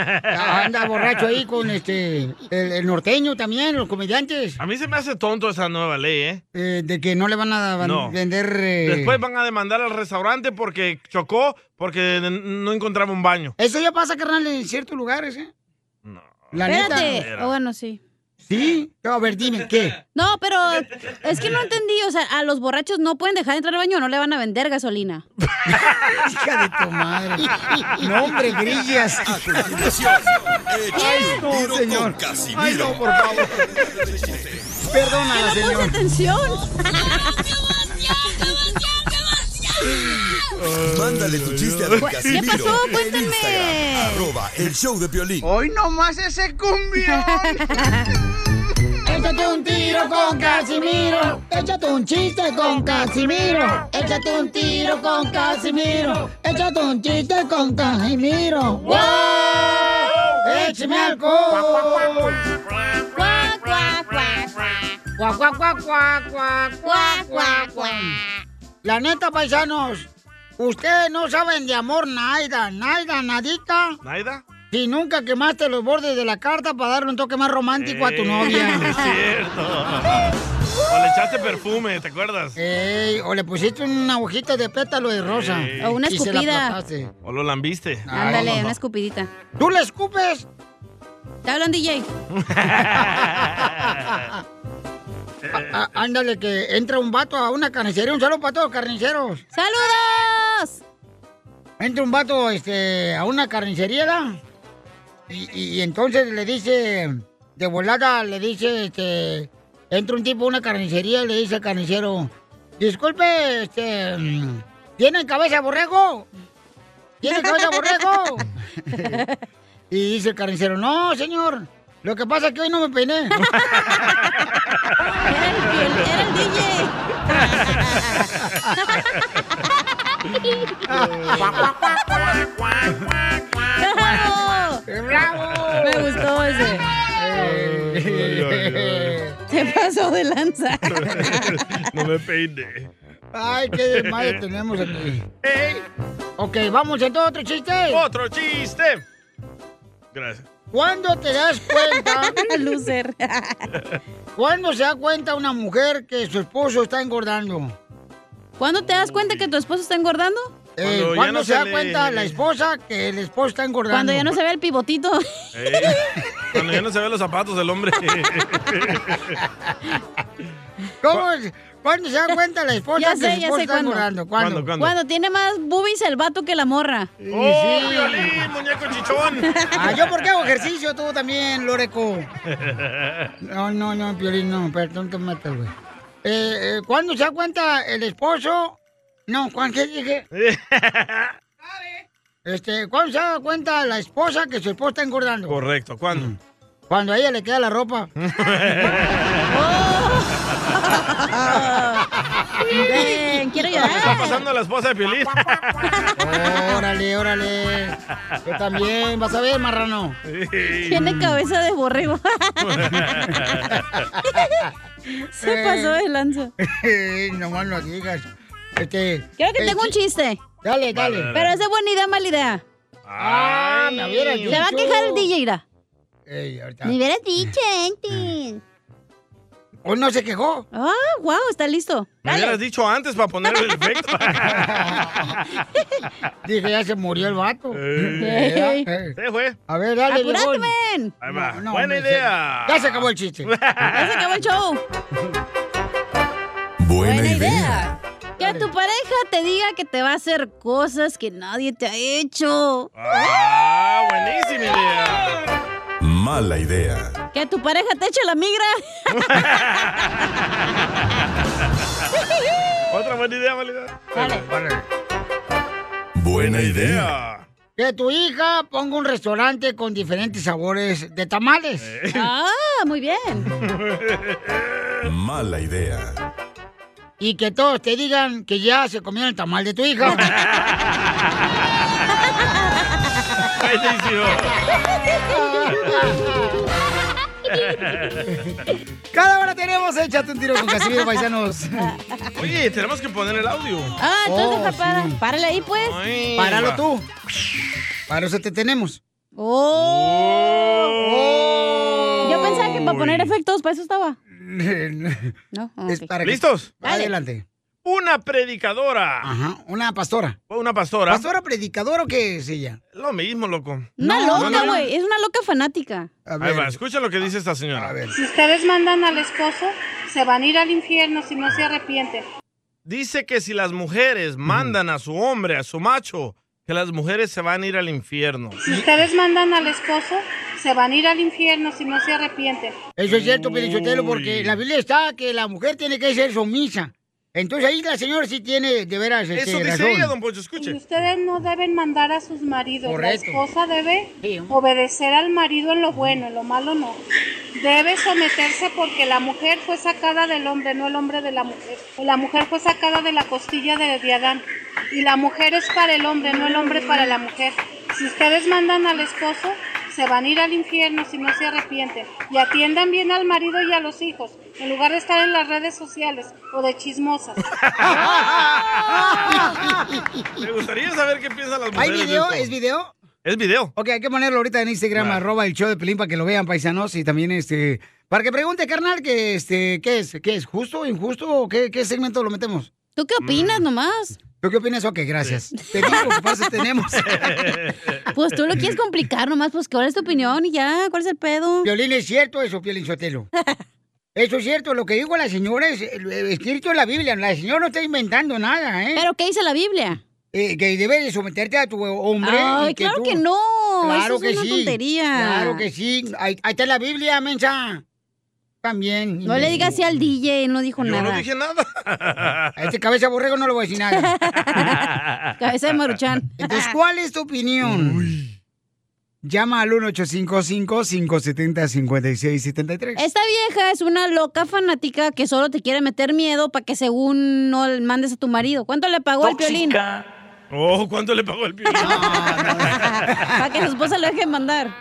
anda borracho ahí con este el, el norteño también, los comediantes.
A mí se me hace tonto esa nueva ley, ¿eh?
Eh, de que no le van a van-
No.
vender... eh,
Después van a demandar al restaurante porque chocó, porque n- no encontraba un baño.
Eso ya pasa, carnal, en ciertos lugares, ¿eh? No. La
Espérate.
neta.
Oh, bueno, sí.
¿Sí? A ver, dime, ¿qué?
No, pero es
[laughs]
que no entendí. O sea, a los borrachos no pueden dejar de entrar al baño, no le van a vender gasolina.
Hija de tu madre. No, hombre, grillas.
A continuación, echa un tiro con Casimiro.
Ay, no, por favor. Perdona,
no puse atención.
[laughs]
Mándale tu chiste a don
¿Qué
Casimiro.
pasó?
en
Cuéntenme.
Instagram, arroba el show de Piolín.
Hoy nomás ese cumbión.
[laughs] Échate un tiro con Casimiro. Échate un chiste con Casimiro. Échate un tiro con Casimiro. Échate un chiste con Casimiro. ¡Wow! ¡Échame alcohol! Cuac, cuac, cuac, cuac, cuac, cuac, cuac, cuac. La neta, paisanos, ustedes no saben de amor nada, nada, nadita.
¿Naida?
Si nunca quemaste los bordes de la carta para darle un toque más romántico
Eh.
a tu
[laughs] Es
novia.
cierto. O le echaste perfume, ¿te acuerdas?
Eh. Ey, o le pusiste una hojita de pétalo de rosa.
Ey. Eh. O una
Y se la
escupida.
aplastaste.
O lo lambiste.
Ah,
Ándale, una escupidita.
¿Tú le escupes?
Te hablan, DJ.
[laughs] Ah, ándale, que entra un vato a una carnicería. Un saludo para todos, carniceros. ¡Saludos! Entra un vato este, a una carnicería, ¿da? Y, y- y entonces le dice, de volada, le dice, este, entra un tipo a una carnicería y le dice al carnicero, disculpe, este, ¿tiene cabeza de borrego? ¿Tiene cabeza de borrego? [laughs] y dice el carnicero, no, señor, lo que pasa es que hoy no me peiné.
Era el
[laughs]
DJ. ¡Bravo!
¡Bravo!
Me gustó ese. Se pasó [laughs] de lanza.
No me peine.
Ay, qué desmadre tenemos aquí. Ok, vamos entonces otro chiste.
Otro chiste. Gracias.
¿Cuándo te
[laughs]
das cuenta? Loser. [laughs] ¿Cuándo se da cuenta una mujer que su esposo está engordando?
¿Cuándo te das cuenta que tu esposo está engordando?
Eh,
Cuando ya
¿Cuándo,
no
se,
se
da
le-
cuenta la esposa que el esposo está engordando?
Cuando ya no se ve el pivotito.
Ey, Eh, Cuando ya no se ven los zapatos del
[laughs]
hombre.
¿Cómo? es? ¿Cuándo se da cuenta la esposa
Ya
que
sé,
el
ya
esposo
sé
está
cuándo.
engordando?
¿Cuándo, cuándo?
Cuando tiene más boobies el vato que la morra.
¡Oh, Violín, muñeco chichón!
Ah, ¿yo por qué hago
[laughs]
ejercicio? Tú también, Loreco. No, no, no, Piolín, no, perdón que me metas, güey. Eh, eh, ¿Cuándo se da cuenta el esposo? No, ¿cuándo qué dije? Este, ¿cuándo se da cuenta la esposa que su esposo está engordando? Mm.
Correcto, ¿cuándo?
Cuando a ella le queda la ropa.
Ven, quiero
Está
llorar.
pasando la esposa de Piolín.
[laughs] órale, órale.
[laughs]
Yo también, vas a ver, marrano.
Tiene cabeza de
[laughs]
borrego. [laughs] Se pasó de lanza.
Nomás lo digas. Este,
Creo que
eh,
tengo un
sí.
chiste.
Dale, dale. Dale, dale.
Pero es de buena idea, mala idea.
Ah, me hubiera dicho.
Se va a quejar el DJ, irá.
Ey, ahorita.
Me hubieras dicho antes.
Ah. Hoy no se quejó.
Ah, wow, está listo.
Me hubieras dicho antes para poner
[laughs]
el efecto.
Dije, ya se murió el vato.
Ey.
Se fue. A ver, Eh, dale,
Apúrate,
viejón.
ven.
Ahí va.
No, no,
Buena
hombre,
idea.
se- Ya se acabó el
[laughs]
chiste.
Ya se acabó el show.
Buena
idea. Que tu pareja te diga que te va a hacer cosas que nadie te ha hecho.
Ah, buenísima idea.
Mala idea.
Que tu pareja te eche la migra.
Otra buena
[laughs]
idea, Valida.
Vale.
Buena idea.
Que tu hija ponga un restaurante con diferentes sabores de tamales.
Ah, muy bien.
[laughs] Mala
[laughs]
idea.
Y que todos te digan que ya se comieron el tamal de
[laughs]
tu hija. Cada hora tenemos Échate un tiro con Casimiro,
[laughs]
paisanos.
Oye, tenemos que poner el audio.
Ah, entonces
Oh,
pa- para,
sí.
párale ahí pues.
Páralo tú. Para eso te tenemos.
Oh. Yo pensaba que para poner efectos, para eso
[laughs]
estaba. No. ah,
Es para que-
¿Listos?
Dale.
Adelante.
Una predicadora.
Ajá, una pastora.
Una pastora.
¿Pastora predicadora o qué es ella?
Lo mismo, loco.
Una
No, no,
loca,
no.
güey. Es una loca fanática.
Ahí va, escucha lo que dice esta señora.
Si ustedes mandan al esposo, se van a ir al infierno si no se arrepienten.
Dice que si las mujeres mandan a su hombre, a su macho, que las mujeres se van a ir
[laughs]
al infierno.
Si ustedes mandan al esposo, se van a ir al infierno si no se arrepienten.
Eso es cierto, Pelichotelo, porque la Biblia está que la mujer tiene que ser sumisa. Entonces ahí la señora sí tiene de veras este,
Eso dice
razón.
ella, don Poncho, escuche.
Y ustedes no deben mandar a sus maridos.
Correcto.
La esposa debe obedecer al marido en lo bueno, en lo malo no. Debe someterse porque la mujer fue sacada del hombre, no el hombre de la mujer. La mujer fue sacada de la costilla de, de Adán. Y la mujer es para el hombre, no el hombre para la mujer. Si ustedes mandan al esposo, se van a ir al infierno si no se arrepienten. Y atiendan bien al marido y a los hijos, en lugar de estar en las redes sociales o de chismosas.
Me gustaría saber qué piensan las
¿Hay
mujeres.
video?
de esto.
¿Es video?
Es video.
Ok, hay que ponerlo ahorita en Instagram, arroba el show de Pelín, para que lo vean, paisanos, y también este... Para que pregunte, carnal, que este, ¿qué es? ¿Qué es? ¿Justo, injusto o qué, qué segmento lo metemos? Mm.
¿Tú qué opinas nomás?
¿Tú qué opinas? Ok, gracias. Te digo que este pases
[laughs]
tenemos.
[laughs] Pues tú lo quieres complicar nomás, pues cuál es tu opinión y ya, cuál es el pedo.
Violín es cierto eso, Piolín
[laughs]
Sotelo. Eso es cierto, lo que digo la señora es el escrito en la Biblia. La señora no está inventando nada, ¿eh?
¿Pero qué dice la Biblia?
que debes de someterte a tu hombre.
Ay,
y
claro
tú-
que no,
Claro
eso es
que
una
sí.
tontería.
Claro que sí. Ahí, ahí está la Biblia, mensa. También.
No le digas así al DJ, no dijo nada.
nada.
[laughs] A este [laughs] cabeza de borrego no le voy a decir nada.
[laughs] Cabeza de maruchán.
[laughs] Entonces, ¿cuál es tu opinión? Llama al 1-855-570-5673.
Esta vieja es una loca fanática que solo te quiere meter miedo para que según no le mandes a tu marido. ¿Cuánto le pagó el piolín?
Oh, ¿cuánto le pagó el piolín?
Para que su esposa lo deje mandar.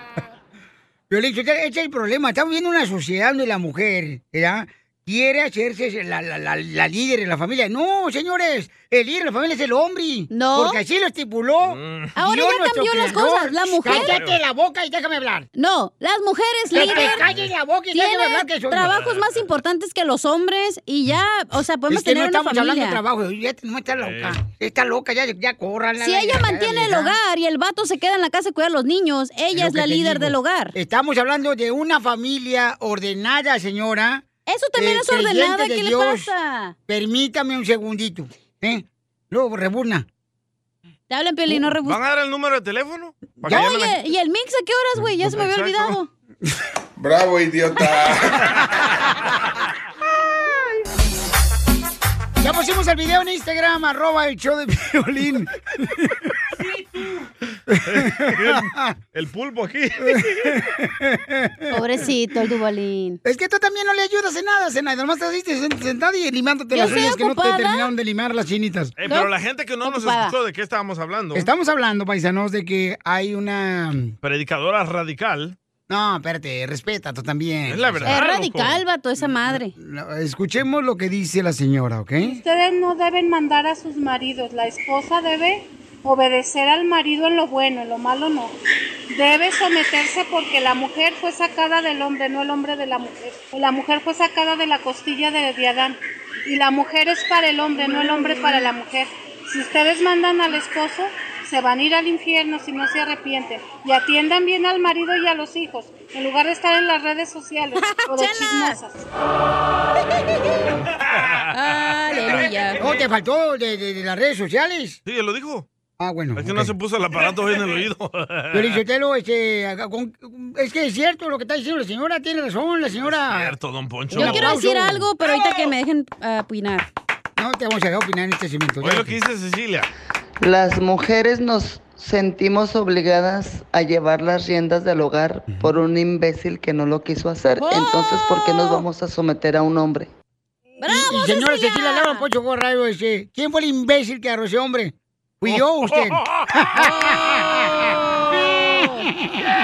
Violín, este es el problema. Estamos viendo una sociedad donde la mujer ¿verdad? quiere hacerse la, la, la- la líder de la familia. No, señores, el líder de la familia es el hombre.
No. Mm.
Porque así lo estipuló.
Ahora
Dios,
ya
nuestro
cambió las
creador.
cosas. La mujer-
Cállate la boca y déjame hablar.
No, las mujeres
Que te
líder,
calles la boca y déjame
tienen
hablar, que soy-
trabajos más importantes que los hombres y ya, o sea, podemos
es que no
tener una
estamos hablando
familia.
de trabajo. Ya no está loca. Está loca, ya, ya córranla.
Si
la-
ella
la-
mantiene el
la-
hogar y el vato se queda en la casa a cuidar a los niños, ella
Lo
es
que
la
te
líder
digo.
del hogar.
Estamos hablando de una familia ordenada, señora.
Eso también
Eh,
es ordenada,
creyente de
¿qué le
Dios.
pasa?
Permítame un segundito. ¿eh? Luego, reburna.
Te hablan, Piolín, no
¿Van
rebusques.
a dar el número de teléfono? ¿Para que llamen
Oye, ¿y el mix a qué horas, güey? Ya se me había
Exacto.
olvidado.
Bravo, idiota.
Ya pusimos el video en Instagram, arroba el show de violín.
[laughs] El
[laughs]
pulpo aquí.
[laughs]
Eh,
Pobrecito el Dubalín.
Es que tú también no le ayudas en nada, Zenaida. Nomás te diste sentada y limándote
Yo
las
estoy
uñas que no te
ocupada.
terminaron de limar las chinitas.
Eh, pero la gente que no nos escuchó, ¿de qué estábamos hablando?
Estamos hablando, paisanos, de que hay una... mm,
Predicadora radical.
No, espérate, respeta tú también.
Es la verdad,
Es radical, vato, esa madre.
Escuchemos lo que dice la señora, ¿ok?
Ustedes no deben mandar a sus maridos. La esposa debe obedecer al marido en lo bueno, en lo malo no. Debe someterse porque la mujer fue sacada del hombre, no el hombre de la mujer. La mujer fue sacada de la costilla de, de Adán. Y la mujer es para el hombre, no el hombre para la mujer. Si ustedes mandan al esposo, se van a ir al infierno si no se arrepienten. Y atiendan bien al marido y a los hijos, en lugar de estar en las redes sociales o de chismosas.
Aleluya.
No, te faltó de, de- de las redes sociales.
Sí, lo dijo.
Ah, bueno.
Es que no se puso el aparato hoy en el oído.
[laughs] Pero Isotelo, este, haga- con- es que es cierto lo que está diciendo la señora, tiene razón la señora.
Cierto, don Poncho.
Yo quiero decir algo, pero ahorita que me dejen ah, opinar.
No te vamos a dejar opinar en este segmento.
Oye, lo que dice Cecilia.
Las mujeres nos sentimos obligadas a llevar las riendas del hogar por un imbécil que no lo quiso hacer. Entonces, ¿por qué nos vamos a someter a un hombre?
¡Bravo, y, señora Cecilia Lara, Poncho Corrayo, este, ¿quién fue el imbécil que agarró ese hombre? Fui yo,
Oh. [laughs]
o usted. [laughs]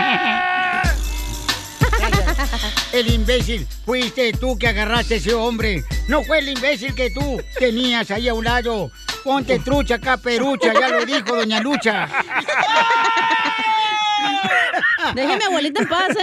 El imbécil, fuiste tú que agarraste a ese hombre. No fue el imbécil que tú tenías ahí a un lado. Ponte trucha, caperucha, ya lo dijo doña Lucha.
[laughs] Deje a mi abuelita en paz,
[laughs]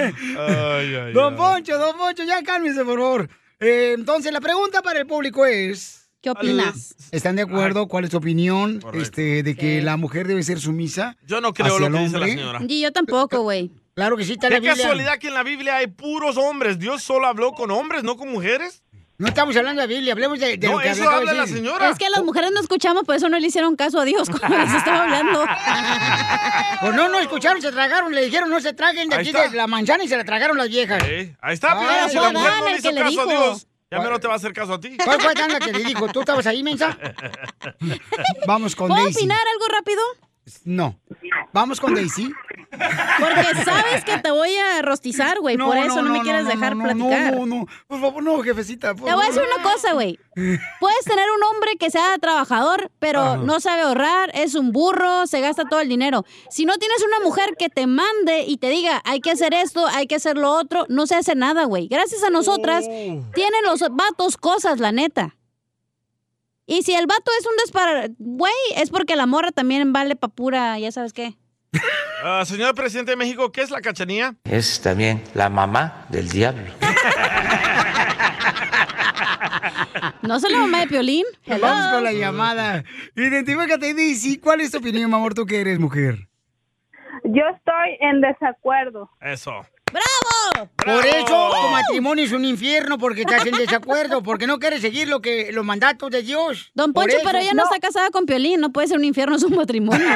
¿eh? Don Poncho, don Poncho, ya cálmese, por favor. Eh, entonces, la pregunta para el público es...
¿Qué opinas?
¿Están de acuerdo? ¿Cuál es tu opinión este, de que
Sí.
la mujer debe ser sumisa?
Yo no creo lo que dice la señora.
Y yo tampoco, güey.
Claro que sí,
Qué casualidad que en la Biblia hay puros hombres. Dios solo habló con hombres, no con mujeres.
No estamos
[laughs]
hablando de Biblia, hablemos de,
No, eso habla la señora.
Es que las mujeres no escuchamos, por eso no le hicieron caso a Dios cuando les estaba
[laughs]
hablando.
Pues no, no escucharon, se tragaron, le dijeron no se traguen de
Ahí
aquí
está.
de la manzana y se la tragaron las viejas.
Ahí está, pues,
Ah, pero fue
Piolín, si la mujer
Adán
no le
el
hizo
que le
caso a
dijo.
Dios, ya menos te va a hacer caso a ti.
¿Cuál fue Adán la que le dijo? ¿Tú estabas ahí, mensa? Vamos con
¿Puedo
Daisy.
opinar algo rápido?
No. Vamos con Daisy. [laughs]
Porque sabes que te voy a rostizar, güey. por eso no, me quieres
no,
dejar
no, no,
platicar.
No, no, no. Por favor, no, jefecita. por
Te voy a decir
favor.
una cosa, güey. Puedes tener un hombre que sea trabajador, pero
Ajá.
no sabe ahorrar, es un burro, se gasta todo el dinero. Si no tienes una mujer que te mande y te diga, hay que hacer esto, hay que hacer lo otro, no se hace nada, güey. Gracias a nosotras, tienen los vatos cosas, la neta. Y si el vato es un disparo, güey, es porque la morra también vale pa' pura, ya sabes qué.
Ah, señor presidente de México, ¿qué es la cachanía?
Es también la mamá del diablo.
No soy la mamá de Piolín.
Vamos
Hello.
con la llamada. Identifícate, Daisy. ¿Cuál es tu opinión, mi amor? ¿Tú que eres mujer?
Yo estoy en desacuerdo.
Eso.
¡Bravo!
Por eso tu
¡Bravo!
matrimonio es un infierno, porque estás en desacuerdo, porque no quieres seguir lo que, los mandatos de Dios.
Don
Por
Poncho,
eso.
pero ella no. está casada con Piolín, no puede ser un infierno su
[laughs]
matrimonio.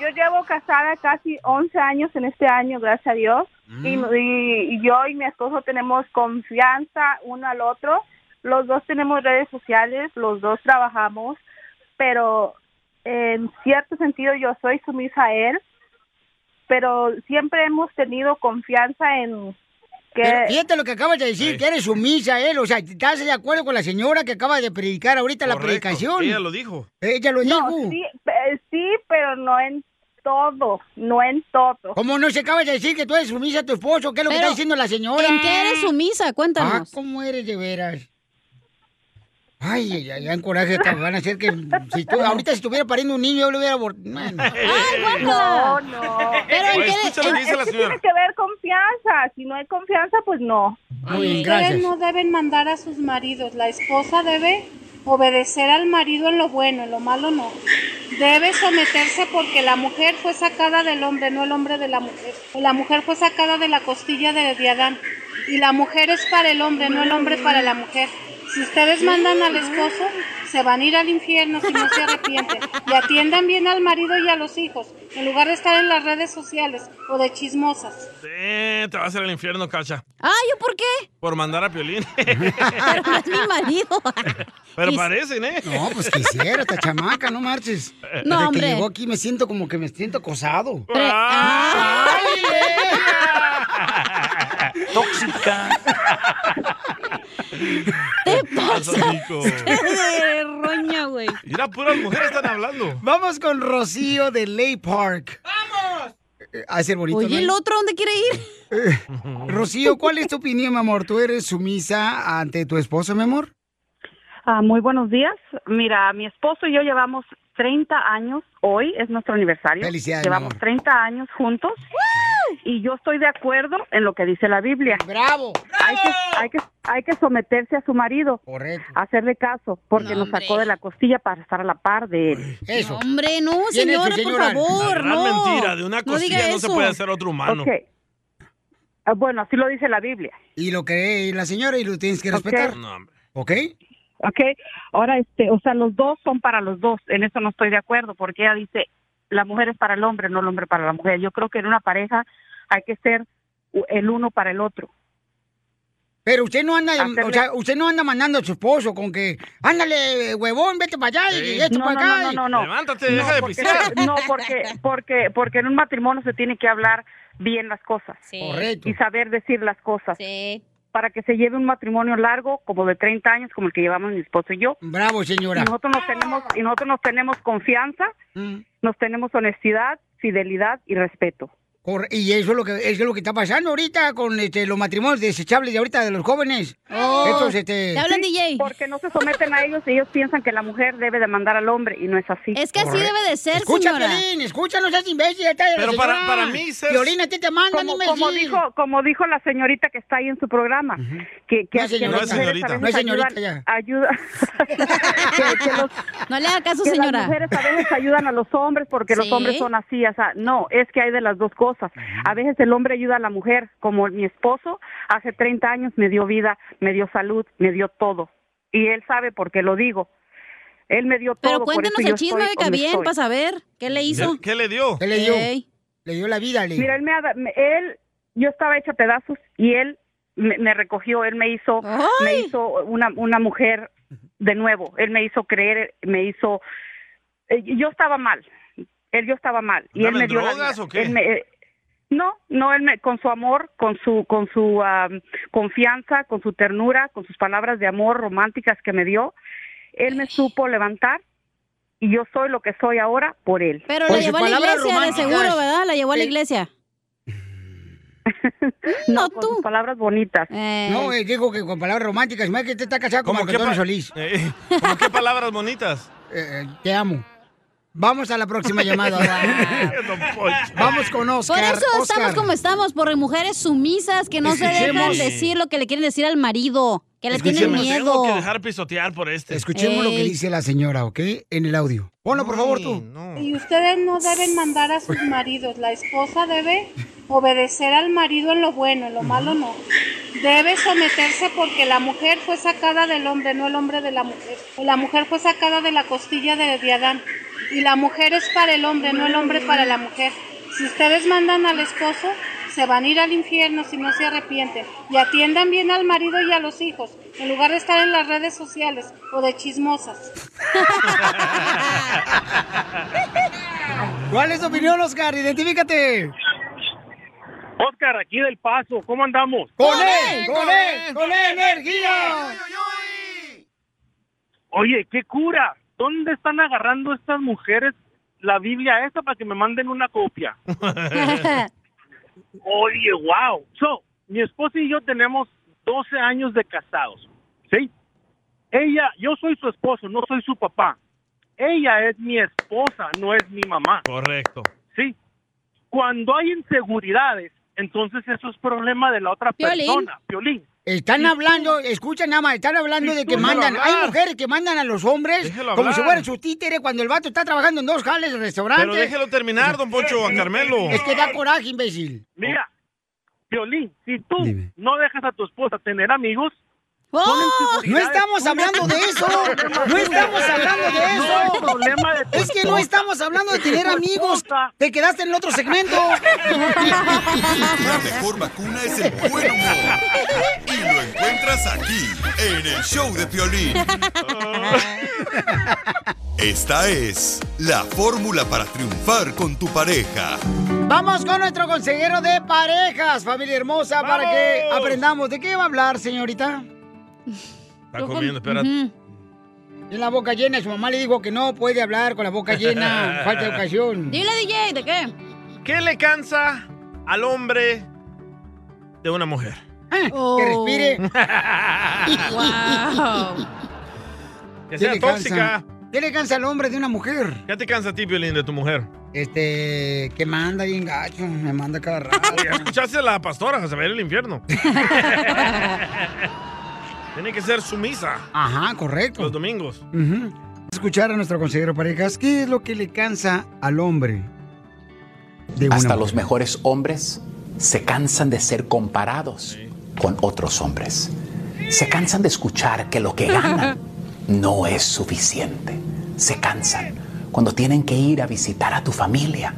Yo llevo casada casi 11 años en este año, gracias a Dios.
Mm.
Y, y- y yo y mi esposo tenemos confianza uno al otro. Los dos tenemos redes sociales, los dos trabajamos, pero en cierto sentido yo soy sumisa a él, pero siempre hemos tenido confianza en que...
Pero fíjate lo que acabas de decir, que eres sumisa a él. O sea, ¿estás de acuerdo con la señora que acaba de predicar ahorita la
Correcto,
predicación?
Ella lo dijo.
Ella lo
No,
dijo.
sí, eh, sí, pero no en todo, no en todo.
¿Cómo no se acaba de decir que tú eres sumisa a tu esposo? ¿Qué es lo que
Pero,
está diciendo la señora?
¿en qué eres sumisa? Cuéntanos.
Ah, ¿cómo eres de [laughs] veras? Ay, ay, ay, en coraje te van a hacer que... Si tú- ahorita si estuviera pariendo un niño, yo le hubiera... abor- Bueno.
No, no.
Pero
Oye,
en
escucha lo que dice la
es que
señora.
tiene que ver confianza. Si no hay confianza, pues no.
Muy bien,
Ustedes
gracias.
no deben mandar a sus maridos. La esposa debe obedecer al marido en lo bueno, en lo malo no. Debe someterse porque la mujer fue sacada del hombre, no el hombre de la mujer. La mujer fue sacada de la costilla de, de Adán. Y la mujer es para el hombre, no el hombre para la mujer. Si ustedes mandan al esposo, se van a ir al infierno si no se arrepienten. Y atiendan bien al marido y a los hijos, en lugar de estar en las redes sociales o de chismosas.
Eh, te vas a ir al infierno, Cacha.
Ah, ¿yo por qué?
Por mandar a Piolín.
Pero no es mi marido.
[laughs] Pero
Quis-
parecen, ¿eh?
No, pues quisiera, esta chamaca, no marches.
No,
Desde
hombre.
que llegó aquí me siento como que me siento acosado.
Ah.
eh!
[laughs] Tóxica.
Te
Nico.
de roña, güey.
Mira, puras mujeres están hablando.
Vamos con Rocío de Ley Park. ¡Vamos! A ser bonito.
Oye,
¿no? Eh,
¿el otro dónde quiere ir?
Rocío, ¿cuál es tu opinión, mi amor? ¿Tú eres sumisa ante tu esposo, mi amor?
Ah, muy buenos días. Mira, mi esposo y yo llevamos 30 años. Hoy es nuestro aniversario.
Felicidades, mi
llevamos
amor.
30 años juntos. Y yo estoy de acuerdo en lo que dice la Biblia.
¡Bravo!
Hay que, hay que, hay que someterse a su marido.
Correcto.
Hacerle caso, porque nos sacó de la costilla para estar a la par de él.
Eso.
Hombre, no,
Bien hecho,
señora, por
señora.
favor,
La gran
no.
mentira, de una
diga
costilla no se
eso.
puede hacer otro humano.
Ok. Ah, Bueno, así lo dice la Biblia.
Y lo cree la señora y lo tienes que
Ok.
respetar.
No, hombre.
¿Ok?
Ok, ahora, este, o sea, los dos son para los dos. En eso no estoy de acuerdo, porque ella dice, la mujer es para el hombre, no el hombre para la mujer. Yo creo que en una pareja hay que ser u- el uno para el otro.
Pero usted no anda,
Hacerle-
o sea, usted no anda mandando a su esposo con que, ándale, huevón, vete para allá y esto
No,
para
no,
acá.
no,
y-
no, no. No, porque- No, porque, porque, porque en un matrimonio se tiene que hablar bien las cosas.
Correcto.
Y saber decir las cosas. Para que se lleve un matrimonio largo, como de 30 años, como el que llevamos mi esposo y yo.
Bravo, señora.
Y nosotros nos tenemos, y nosotros nos tenemos confianza, Mm. nos tenemos honestidad, fidelidad y respeto.
Cor- Y eso es lo que eso es lo que está pasando ahorita con este, los matrimonios desechables de ahorita de los jóvenes.
Oh.
Estos, este,
Sí, Porque no se someten a ellos y ellos piensan que la mujer debe de mandar al hombre y no es así.
Es que así debe de ser,
Escucha,
señora.
Piolín, escucha, no seas imbécil. ya está,
Pero
la
para-
señora.
para mí, ser-
Piolín, a ti te mandan,
como,
imbécil.
como dijo como dijo la señorita que está ahí en su programa que que
No es
que
señorita.
las mujeres a
No es
veces
señorita, ya.
ayudan-
[laughs]
ayuda- que- que los-
No le haga caso,
que
señora.
las mujeres a veces ayudan a los hombres porque
Sí.
los hombres son así o sea no es que hay de las dos cosas a veces el hombre ayuda a la mujer como mi esposo hace 30 años me dio vida me dio salud me dio todo y él sabe por qué lo digo él me dio todo
Pero
por
cuéntenos
eso
el
yo
chisme,
estoy
beca,
donde
bien,
estoy.
para saber qué le hizo.
¿Qué le dio?
¿Qué le dio?
Ey.
Le dio la vida, le
Mira, él me, ha da- me- él, yo estaba hecha pedazos y él me, me recogió, él me hizo, me hizo una, una mujer de nuevo, él me hizo creer, me hizo, eh, yo estaba mal, él yo estaba mal y él
¿Andaban
me dio la
drogas
vida.
o qué?
Él me- eh, no, no, él me, con su amor, con su, con su am, confianza, con su ternura, con sus palabras de amor románticas que me dio, él me supo levantar y yo soy lo que soy ahora por él.
Pero la llevó a la iglesia, de seguro, ¿verdad? La llevó a la iglesia.
No, con sus palabras bonitas.
No, eh, digo que con palabras románticas, más Ah, que te está casado con
¿Cómo
Marco
qué,
Antonio
pa-
Solís.
[laughs]
eh,
Eh, ¿cómo qué palabras bonitas?
Te amo. Vamos a la próxima
[laughs]
llamada. Vamos con Oscar.
Por eso estamos
Oscar.
como estamos, por mujeres sumisas que no se dejan
Escuchemos.
decir lo que le quieren decir al marido, que le tienen
Escúcheme,
miedo.
Tengo que dejar pisotear por este.
Escuchemos lo que dice la señora, ¿ok? En el audio. Ponlo, por favor, tú.
Y ustedes no deben mandar a sus maridos. La esposa debe obedecer al marido en lo bueno, en lo malo no. Debe someterse porque la mujer fue sacada del hombre, no el hombre de la mujer. O la mujer fue sacada de la costilla de, de Adán. Y la mujer es para el hombre, no el hombre para la mujer. Si ustedes mandan al esposo, se van a ir al infierno si no se arrepienten. Y atiendan bien al marido y a los hijos, en lugar de estar en las redes sociales o de chismosas.
¿Cuál es tu opinión, Oscar? Identifícate.
Oscar, aquí del Paso, ¿cómo andamos?
¡Con él! ¡Con él! ¡Con él, energía!
Oye, qué cura. ¿Dónde están agarrando estas mujeres la Biblia esa para que me manden una copia? Oye, wow. So, mi esposa y yo tenemos 12 años de casados, ¿sí? Ella, yo soy su esposo, no soy su papá. Ella es mi esposa, no es mi mamá.
Correcto.
Sí. Cuando hay inseguridades, entonces eso es problema de la otra
Piolín.
persona. Piolín.
Están
Sí.
hablando, escuchen nada más, están hablando de que
Déjalo
mandan,
hablar.
hay mujeres que mandan a los hombres
Déjalo
como si
hablar.
fueran sus títeres cuando el vato está trabajando en dos jales de restaurante.
Pero déjelo terminar, don Poncho, a Carmelo.
Es que da coraje, imbécil.
Mira, Violín, si tú no dejas a tu esposa tener amigos,
¡Oh! No estamos hablando de eso. No estamos hablando de eso.
No, problema de tu
es que no
esposa.
estamos hablando de tener
Tu
amigos. Te quedaste en el otro segmento.
La mejor vacuna es el buen humor. Y lo encuentras aquí, en el show de Piolín. Esta es la fórmula para triunfar con tu pareja.
Vamos con nuestro consejero de parejas, familia hermosa, para que
¡Vamos!
aprendamos. ¿De qué va a hablar, señorita?
Está comiendo, espérate.
En la boca llena, su mamá le dijo que no puede hablar con la boca
[laughs]
llena. Falta de ocasión.
Dile, DJ, ¿de qué?
¿Qué le cansa al hombre Oh. de una mujer?
Que respire.
Wow.
[laughs] Que sea
¿Qué le
tóxica.
cansa? ¿Qué le cansa al hombre de una mujer?
¿Qué te cansa a ti, Piolín, de tu mujer?
Este, que manda bien gacho, me manda cada rato.
Ya escuchaste a la pastora, se va a ir
[laughs]
al infierno. Tiene que ser sumisa.
Ajá, correcto.
Los domingos.
Ujú. Escuchar a nuestro consejero parejas, ¿qué es lo que le cansa al hombre?
Hasta los mejores hombres se cansan de ser comparados con otros hombres. Se cansan de escuchar que lo que ganan no es suficiente. Se cansan cuando tienen que ir a visitar a tu familia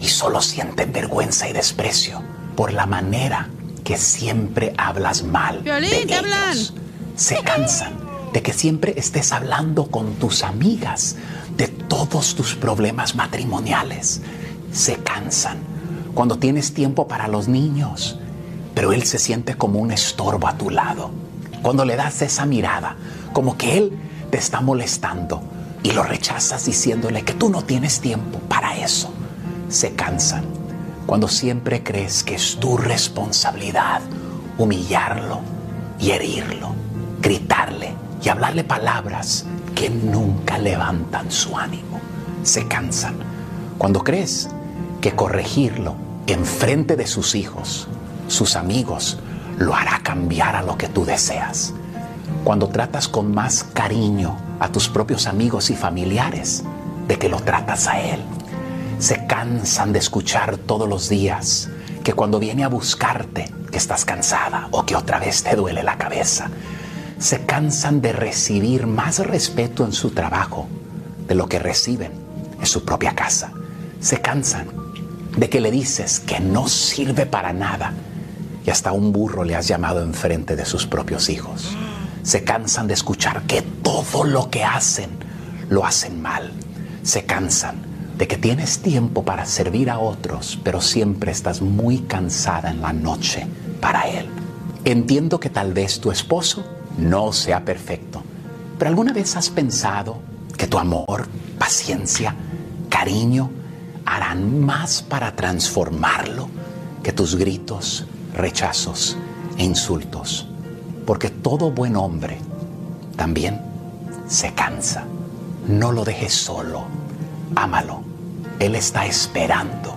y solo sienten vergüenza y desprecio por la manera que siempre hablas mal.
Violín, te hablan.
se cansan de que siempre estés hablando con tus amigas de todos tus problemas matrimoniales. Se cansan cuando tienes tiempo para los niños, pero él se siente como un estorbo a tu lado. Cuando le das esa mirada, como que él te está molestando y lo rechazas diciéndole que tú no tienes tiempo para eso. Se cansan cuando siempre crees que es tu responsabilidad humillarlo y herirlo, gritarle y hablarle palabras que nunca levantan su ánimo. Se cansan cuando crees que corregirlo en frente de sus hijos, sus amigos, lo hará cambiar a lo que tú deseas. Cuando tratas con más cariño a tus propios amigos y familiares de que lo tratas a él se cansan de escuchar todos los días que cuando viene a buscarte que estás cansada o que otra vez te duele la cabeza. Se cansan de recibir más respeto en su trabajo de lo que reciben en su propia casa. Se cansan de que le dices que no sirve para nada y hasta un burro le has llamado enfrente de sus propios hijos. Se cansan de escuchar que todo lo que hacen lo hacen mal. Se cansan de que tienes tiempo para servir a otros, pero siempre estás muy cansada en la noche para él. Entiendo que tal vez tu esposo no sea perfecto, pero ¿alguna vez has pensado que tu amor, paciencia, cariño harán más para transformarlo que tus gritos, rechazos e insultos? Porque todo buen hombre también se cansa. No lo dejes solo. Ámalo. Él está esperando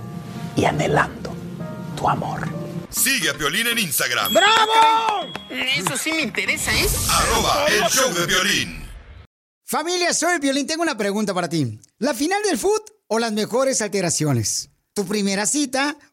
y anhelando tu amor.
Sigue a Piolín en Instagram.
¡Bravo!
Eso sí me interesa, ¿eh?
Arroba el show de Piolín.
Familia, soy Violín, tengo una pregunta para ti. ¿La final del foot o las mejores alteraciones? ¿Tu primera cita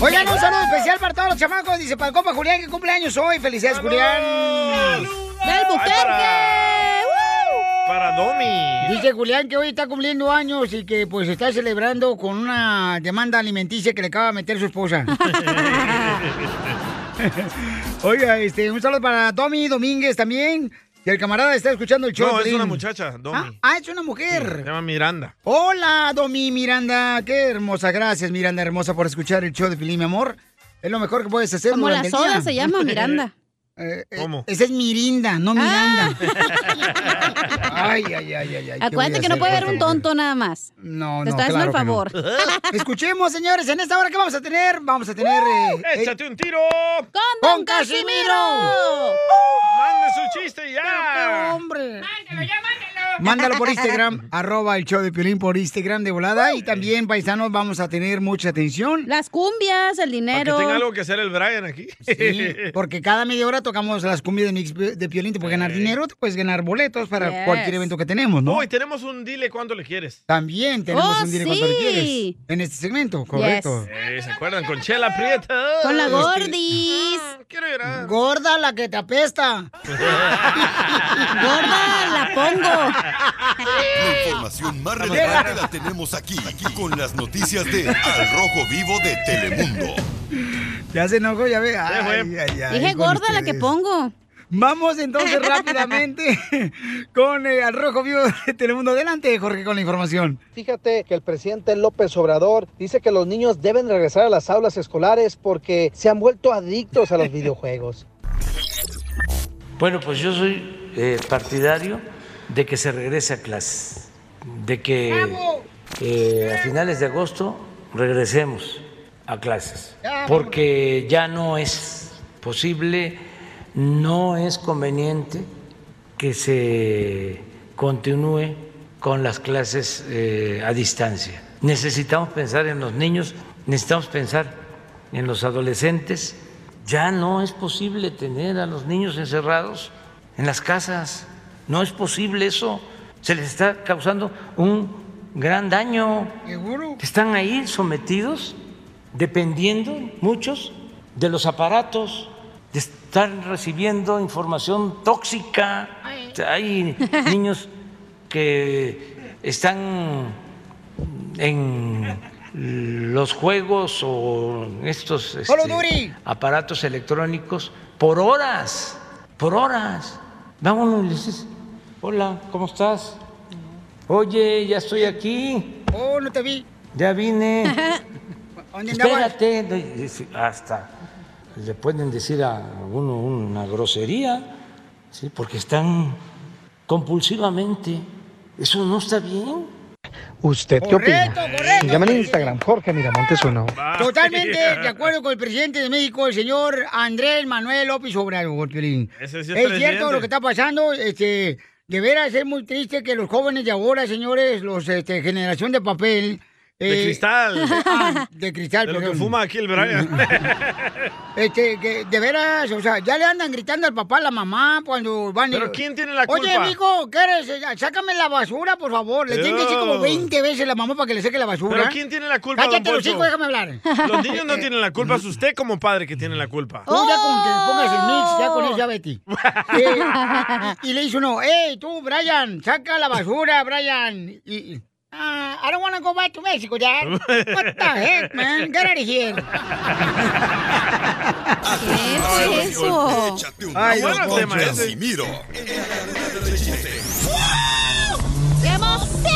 Oigan, un saludo especial para todos los chamacos. Dice para el compa Julián que cumpleaños hoy. Felicidades, Julián. ¡Del
Para Domi.
Dice Julián que hoy está cumpliendo años y que pues está celebrando con una demanda alimenticia que le acaba de meter su
[laughs]
esposa. Oiga, este, un saludo para Domi Domínguez también. Y el camarada está escuchando el show.
No, es
Piolín.
una muchacha, Domi.
Ah, es una
Se
mujer.
llama Miranda.
Hola, Domi Miranda. Qué hermosa. Gracias, Miranda hermosa, por escuchar el show de Pilín, mi amor. Es Eh, lo mejor que puedes hacer.
Como
durante
la
el día.
soda se llama
[laughs]
Miranda. Ah.
¿Cómo? Esa es Mirinda, no Miranda.
[laughs]
Ay, ay, ay, ay, ay. ¿qué voy
Acuérdate
a
que no puede
hacer, por
haber un
favor?
tonto nada más.
No,
Te
no,
está haciendo el
claro
favor.
que no. [laughs] Escuchemos, señores, en esta hora que vamos a tener, vamos a tener. eh,
¡Woo!
¡Échate un tiro!
¡Uh! ¡Con
¡Con
Don
Casimiro!
Casimiro!
¡Mande su chiste
ya! hombre! Mándalo por
[laughs]
Instagram, arroba el show de Piolín por Instagram de volada. Y también, paisanos, vamos a tener mucha atención.
Las cumbias, el
Que
dinero.
tenga algo que hacer el Brian aquí.
Sí, porque cada media hora tocamos las cumbias de mix de Piolín. Te puedes ganar dinero, te puedes ganar boletos para
Yes.
cualquier evento que tenemos, Pues ¿no?
Hoy tenemos un dile cuánto le quieres.
También tenemos
Oh,
un directo cuando
sí.
quieres en este segmento, correcto.
Eh, ¿Se acuerdan? Con Chela Este, Prieta.
Con la
gordis.
Quiero llorar.
Gorda la que te apesta.
Gorda la
La información más relevante la tenemos aquí, aquí, con las noticias de Al Rojo Vivo de Telemundo.
Ya se enojó, ya ve. Ay,
fue.
ay, ay,
Dije
con
gorda la que
ustedes.
pongo.
Vamos entonces rápidamente con eh, Al Rojo Vivo de Telemundo. Adelante, Jorge, con la información.
Fíjate que el presidente López Obrador dice que los niños deben regresar a las aulas escolares porque se han vuelto adictos a los videojuegos.
Bueno, pues yo soy eh, partidario de que se regrese a clases, de que eh, a finales de agosto regresemos a clases, porque ya no es posible, no es conveniente que se continúe con las clases eh, a distancia. Necesitamos pensar en los niños, necesitamos pensar en los adolescentes. Ya no es posible tener a los niños encerrados en las casas, no es posible eso. Se les está causando un gran daño. Están ahí sometidos, dependiendo muchos de los aparatos, de estar recibiendo información tóxica. Hay niños que están en los juegos o estos este,
Call of Duty.
aparatos electrónicos por horas, por horas. Vámonos y le dices, hola, ¿cómo estás? Oye, ya estoy aquí,
Oh, no te vi.
ya vine.
¿Dónde andabas?
Espérate, no, y- y- sí, hasta le pueden decir a uno una grosería, ¿sí? porque están compulsivamente. Eso no está bien.
¿Usted qué opina? Sígame en Instagram, Jorge Miramontes uno.
Ah,
Totalmente [laughs] de acuerdo con el presidente de México, el señor Andrés Manuel López Obrador. Piolín.
Ese sí
es
es
cierto
presidente.
lo que está pasando. Este, de veras es muy triste que los jóvenes de ahora, señores, los este, generación de papel.
De
eh,
cristal.
[laughs] ah, de cristal.
De lo que
perdón.
fuma aquí el Brian.
[laughs] Este, que de veras, o sea, ya le andan gritando al papá, a la mamá, cuando van... y-
Pero ¿quién tiene la
Oye,
culpa?
mijo, ¿qué eres? Eh, Sácame la basura, por favor. Le tienen que decir como
Dios.
20 veces la mamá para que le saque la basura.
Pero ¿quién tiene la culpa, don
Cállate los
Poncho?
hijos, déjame hablar.
Los niños no tienen la culpa, es usted como padre que tiene la culpa.
Tú ya con que pongas el mix, ya con eso ya Betty. y, y le hizo uno, hey, tú, Brian, saca la basura, Brian. Y, y, "Ah, I don't wanna go back to Mexico, Dad. What the heck, man? Get out of here.
Ahora sí,
eso?
Échate un
Ay,
tiro
Ah, bueno,
con
tema ese.
Casimiro.
¡Qué emoción!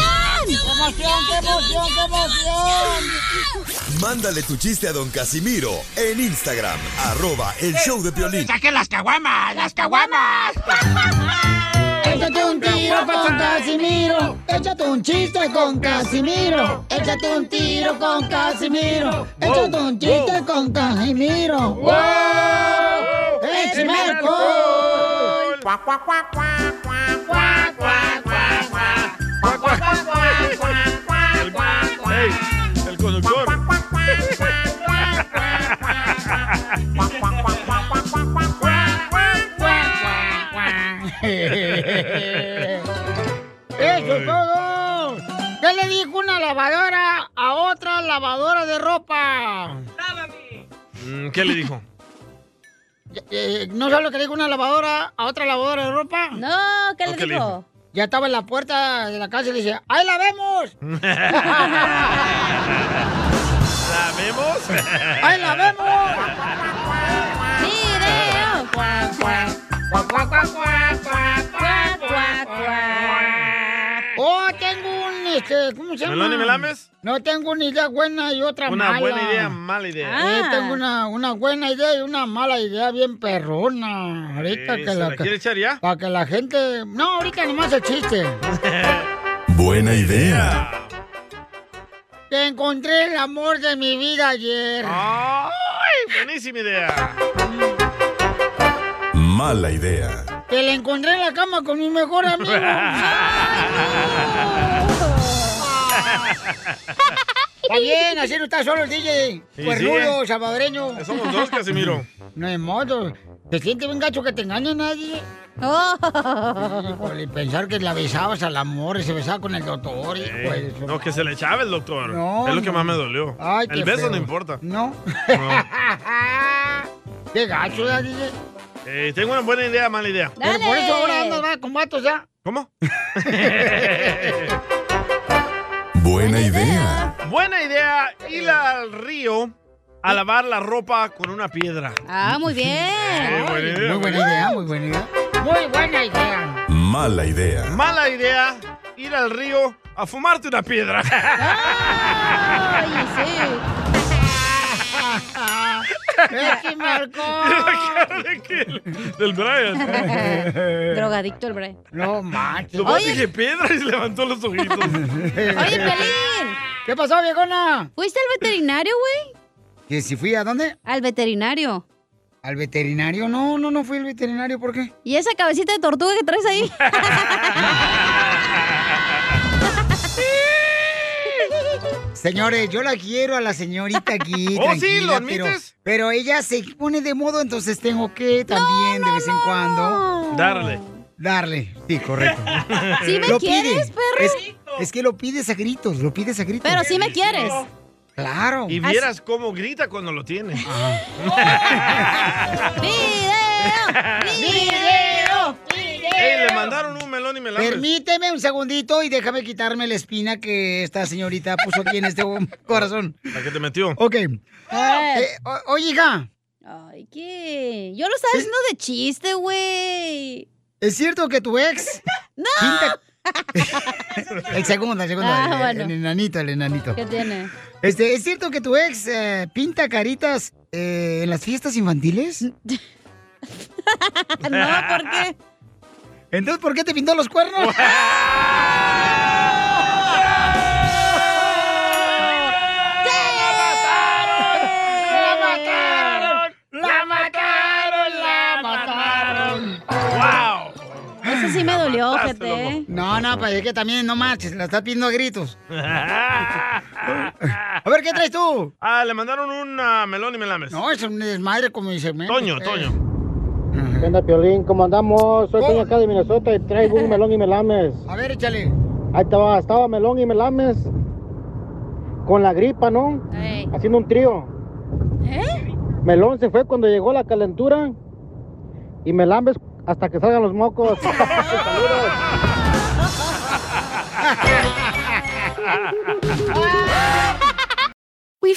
¡Qué
emoción, qué emoción, qué emoción!
Mándale tu chiste a don Casimiro en Instagram, arroba el show de violín.
¡Saque las caguamas! ¡Las caguamas!
Échate un tiro con Casimiro. Échate Échate un chiste con Casimiro. Échate un tiro con Casimiro. Échate un chiste con Casimiro. ¡Wow! ¡Échame alcohol! ¡Cuac, cuac, cuac, cuac, cuac, cuac, cuac, cuac, cuac, cuac, cuac, cuac, cuac, cuac, cuac, cuac!
El conductor.
Eh.
[laughs]
¡Eso es todo! ¿Qué le dijo una lavadora a otra lavadora de ropa?
Mm, ¿Qué le dijo?
Eh, ¿No sabes lo que le dijo una lavadora a otra lavadora de ropa? No,
¿qué le ¿O qué le dijo? dijo?
Ya estaba en la puerta de la casa y le dice, ¡ahí la vemos!
¿La vemos?
¡Ahí [laughs] la vemos! Oh, tengo un, este, ¿cómo se llama?
¿Melón y melames?
No, tengo una idea buena y otra
Una
mala.
buena idea, mala idea.
Ah.
Sí, tengo una, una buena idea y una mala idea bien perrona. Ahorita que
Eh, ¿se
la...
la quiere echar ya?
Para que la
[laughs]
gente... No, ahorita nomás el chiste.
Buena idea.
Te encontré el amor de mi vida ayer.
¡Ay, buenísima idea!
Mala idea.
Te la encontré en la cama con mi mejor
[laughs]
amigo. Está bien, así no está solo el DJ.
Sí,
Cuernudo,
sí.
salvadoreño.
Somos dos, Casimiro.
No es modo. ¿Te siente bien gacho que te engañe nadie? Híjole, pensar que la besabas al amor y se besaba con el doctor, hijo
Eh,
de su-
no, que se le echaba el doctor.
No,
es lo que
no.
más me dolió.
Ay, qué
el beso
feo.
no importa.
No. Qué gacho, ¿verdad, DJ?
Eh, tengo una buena idea, mala idea.
Pero por eso
[laughs]
ahora andas va, con vatos ya.
¿Cómo?
Buena idea.
Buena idea, ir al río a lavar la ropa con una piedra. Eh,
Ah,
[laughs]
muy bien.
Muy buena idea, muy buena idea. Muy buena idea.
Mala idea.
Mala idea, ir al río a fumarte una piedra. [laughs]
¡Échame
La cara de que- [laughs]
[laughs]
del Brian.
Eh. Drogadicto el
[laughs]
Brian.
No manches.
Nomás
Oye.
dije piedra y se levantó los ojitos.
Oye,
[laughs]
Pelín.
¿Qué pasó, viejona?
¿Fuiste al veterinario, güey?
¿Que si fui a dónde?
Al veterinario.
¿Al veterinario? No, no, no fui al veterinario. ¿Por qué?
¿Y esa cabecita de tortuga que traes
[laughs]
ahí?
Señores, yo la quiero a la señorita
[laughs]
aquí.
Oh, sí,
tranquila,
¿lo
pero-
admites?
Pero, ella se pone de modo, entonces tengo que también de vez en cuando.
Darle.
Darle, sí, correcto.
[laughs] ¿Sí me quieres, perro?
Es, es que lo pides a gritos, lo pides a gritos.
Pero sí
[laughs]
me quieres.
Claro.
Y vieras cómo grita cuando lo tiene.
¡Video!
[laughs] Ey, le mandaron un melón y melames.
Permíteme un segundito y déjame quitarme la espina que esta señorita puso aquí en
[laughs]
este corazón.
La que te metió.
Ok. Eh, o- oye, hija,
Ay, ¿qué? Yo lo estaba haciendo de chiste, güey.
¿es cierto que tu ex?
[laughs] ¡No!
Pinta- el segundo, el segundo.
Ah,
el- el,
bueno.
el enanito, el enanito.
¿Qué tiene?
Este, ¿Es cierto que tu ex eh, pinta caritas eh, en las fiestas
[laughs]
infantiles? No,
¿por qué?
Entonces, ¿por qué te pintó
[laughs]
los cuernos?
¡La mataron! ¡La mataron! ¡La mataron!
¡Wow!
Eso sí me dolió, ¿eh? gente.
No, no, pues es que también no marches, la estás pidiendo a gritos. A ver, ¿qué traes tú?
[laughs] Ah, le mandaron un ah, melón y melames.
No, es un desmadre como dice Memo.
Toño,
Eh,
Toño.
¿Qué onda, Piolín? ¿Cómo andamos? Soy Toño acá de Minnesota y traigo un melón y melames.
A ver, échale.
Ahí estaba, estaba melón y melames con la gripa, ¿no? Haciendo un trío. Melón se fue cuando llegó la calentura y melames hasta que salgan los mocos.
¡Saludos!
We've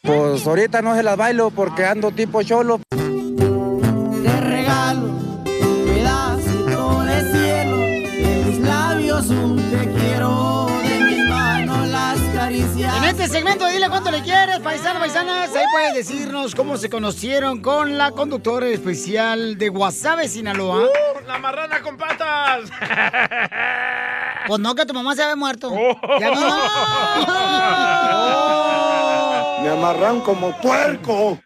Pues ahorita no se las bailo porque ando tipo cholo.
Te regalo un pedacito de cielo, de mis labios un te quiero, de mis manos las caricias.
En este segmento, dile cuánto le quieres, paisano, paisanas. Ahí puedes decirnos cómo se conocieron con la conductora especial de Guasave, Sinaloa.
¡La marrana con
[laughs]
patas!
Pues no, que tu mamá se había muerto. ¿Ya vino?
[laughs]
Oh.
Me amarran como puerco.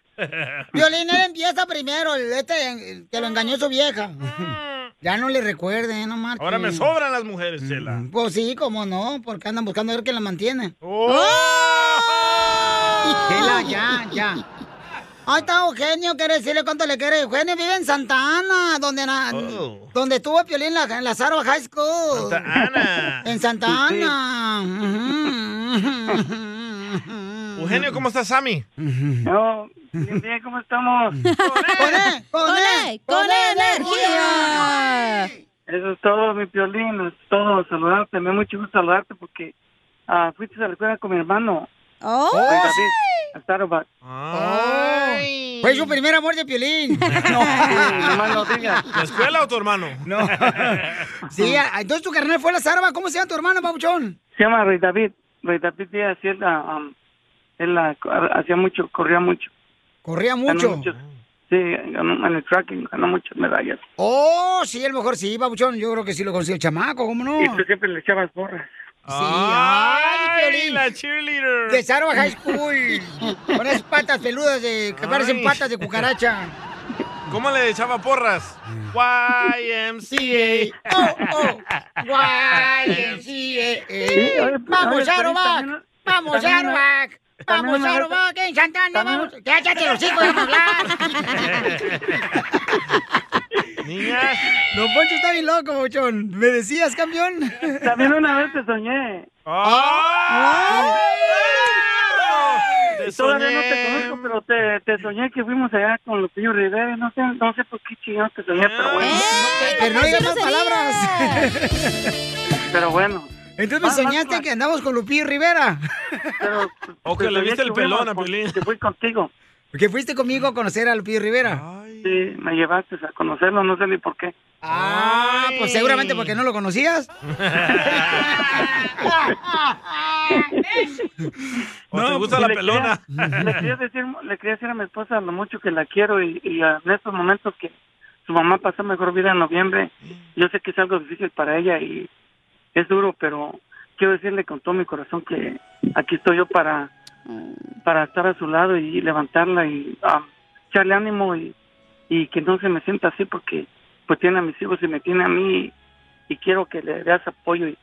Violín, él empieza primero. el- Este el que lo engañó su vieja. Ya no le recuerde, no marches.
Ahora me sobran las mujeres, Chela.
Pues sí, cómo no, porque andan buscando a ver quién la mantiene. Chela, [laughs] ya, ya. Ahí está Eugenio, quiere decirle cuánto le quiere. Eugenio vive en Santa Ana, donde, na-
Oh.
donde estuvo Piolín en la, en la Sarva High School. Santa [laughs] Ana. En Santa Ana. Mm.
Eugenio, ¿cómo estás, Sammy?
No, bien, ¿cómo [laughs] estamos? ¡Con él! ¡Con él! ¡Con E energía!
Eso es todo, mi piolín, es todo, saludarte, me da mucho gusto saludarte porque ah, fuiste a la escuela con mi hermano.
¡Oh!
Con David, a Starbucks.
Fue su primer amor de Piolín.
¿La escuela o tu hermano?
No. Sí, a- entonces tu carnal fue a la Sarva. ¿Cómo se llama tu hermano, Pabuchón?
Se llama Rey David, Rey David sí, hacía, ah, um, él ah, hacía mucho, corría mucho.
Corría
Ganó
mucho.
muchos- sí, ganó en el tracking, ganó muchas medallas.
Oh, sí, a lo mejor sí, Pabuchón. Yo creo que sí lo consiguió el chamaco, ¿cómo no?
Y tú siempre le echabas porras.
¡Ay, Piolín!
la cheerleader!
De Sarva High
[laughs]
School. Con esas patas peludas de, que parecen
Ay.
patas de cucaracha.
¿Cómo le echaba porras? YMCA.
Oh, oh.
oh.
YMCA.
Sí, oye,
eh, Vamos,
oye,
Sarovac.
también-
Vamos,
también-
Sarovac. Vamos,
también-
Sarovac, en Santana, vamos. Cállate los hijos, déjame [laughs] hablar.
Niñas.
Don Poncho está bien loco, bochón. ¿Me decías, campeón?
También una vez te soñé.
¡Oh! Te
Todavía
soñé.
no te conozco, pero te, te soñé que fuimos allá con Lupillo Rivera. y No sé, no sé por qué chingados te soñé, pero bueno.
Ah. Pero no digas más palabras.
[laughs] Pero bueno.
Entonces me
Más- más-
soñaste que andamos con Lupillo Rivera.
O que
te
le
soñé
viste el
fuimos
pelón a
con-
Piolín.
pues, Que fui contigo.
Que fuiste conmigo a conocer a Lupillo Rivera.
Sí, me llevaste a conocerlo, no sé ni por
[laughs]
qué.
Ah, pues seguramente porque no lo conocías.
¿O te gusta la
pues, le
pelona?
quería- [laughs] le, quería decir, le quería decir a mi esposa lo mucho que la quiero y, y, ah, en estos momentos que su mamá pasó mejor vida en noviembre, yo sé que es algo difícil para ella y es duro, pero quiero decirle con todo mi corazón que aquí estoy yo para, para estar a su lado y levantarla y ah, echarle ánimo y, y que no se me sienta así porque pues tiene a mis hijos y me tiene a mí y, y quiero que le das apoyo y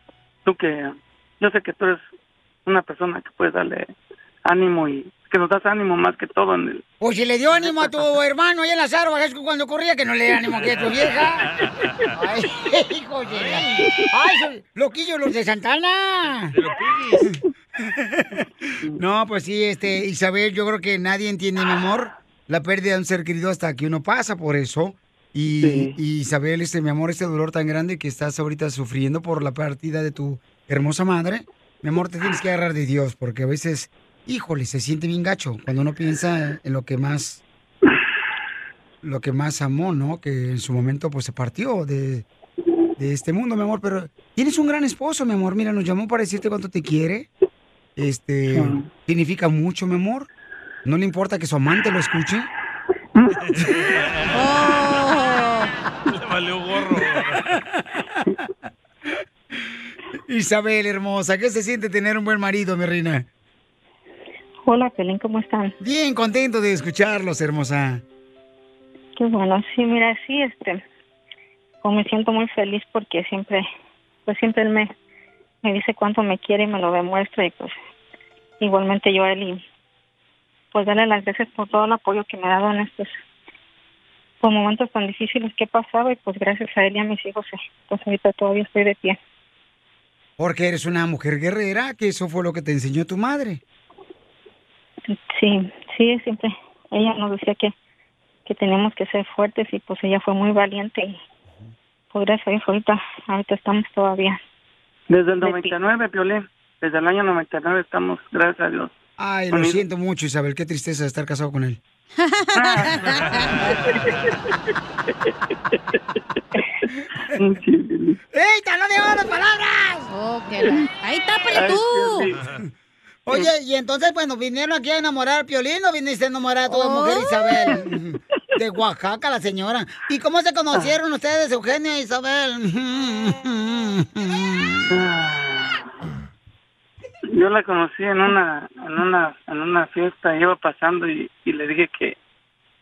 tú que ah, yo sé que tú eres una persona que puedes darle ánimo y que nos das ánimo más que todo en el
O Pues si le dio ánimo a tu hermano y en la Sarva High School cuando corría, que no le dé ánimo aquí a tu vieja.
[laughs]
Ay, [laughs] hijo de la- Ay, son loquillos los de
Ah.
[laughs] Santana. No, pues sí, este, Isabel, yo creo que nadie entiende, mi amor, la pérdida de un ser querido hasta que uno pasa por eso. Y, y Isabel, este, mi amor, este dolor tan grande que estás ahorita sufriendo por la partida de tu hermosa madre, mi amor, te tienes que agarrar de Dios, porque a veces, híjole, se siente bien gacho cuando uno piensa en lo que más lo que más amó, ¿no? Que en su momento pues se partió de, de este mundo, mi amor. Pero tienes un gran esposo, mi amor. Mira, nos llamó para decirte cuánto te quiere. este, significa mucho, mi amor. ¿No le importa que su amante lo escuche?
Le valió gorro. [laughs]
Isabel, hermosa, ¿qué se siente tener un buen marido, mi reina?
Hola, Pelín, ¿cómo están?
Bien, contento de escucharlos, hermosa.
Qué bueno, sí, mira, sí, este, pues me siento muy feliz porque siempre, pues siempre él me, me dice cuánto me quiere y me lo demuestra y pues igualmente yo a él y pues darle las gracias por todo el apoyo que me ha dado en estos pues, momentos tan difíciles que he pasado y pues gracias a él y a mis hijos, eh, pues ahorita todavía estoy de pie.
Porque eres una mujer guerrera, que eso fue lo que te enseñó tu madre.
Sí, sí, siempre. Ella nos decía que, que teníamos que ser fuertes y pues ella fue muy valiente y pues gracias a Dios ahorita, ahorita estamos todavía.
Desde el 99, Piolín. Desde el año 99 estamos, gracias a Dios.
Ay, lo siento mucho, Isabel, qué tristeza estar casado con él.
¡Ey, talón de oro, palabras!
Oh, ¡Ahí tápale tú!
Oye, y entonces cuando vinieron aquí a enamorar a Piolín, ¿o viniste a enamorar a toda mujer Isabel? De Oaxaca, la señora. ¿Y cómo se conocieron ustedes, Eugenio e Isabel? [laughs]
Yo la conocí en una en una en una fiesta, iba pasando y, y le dije que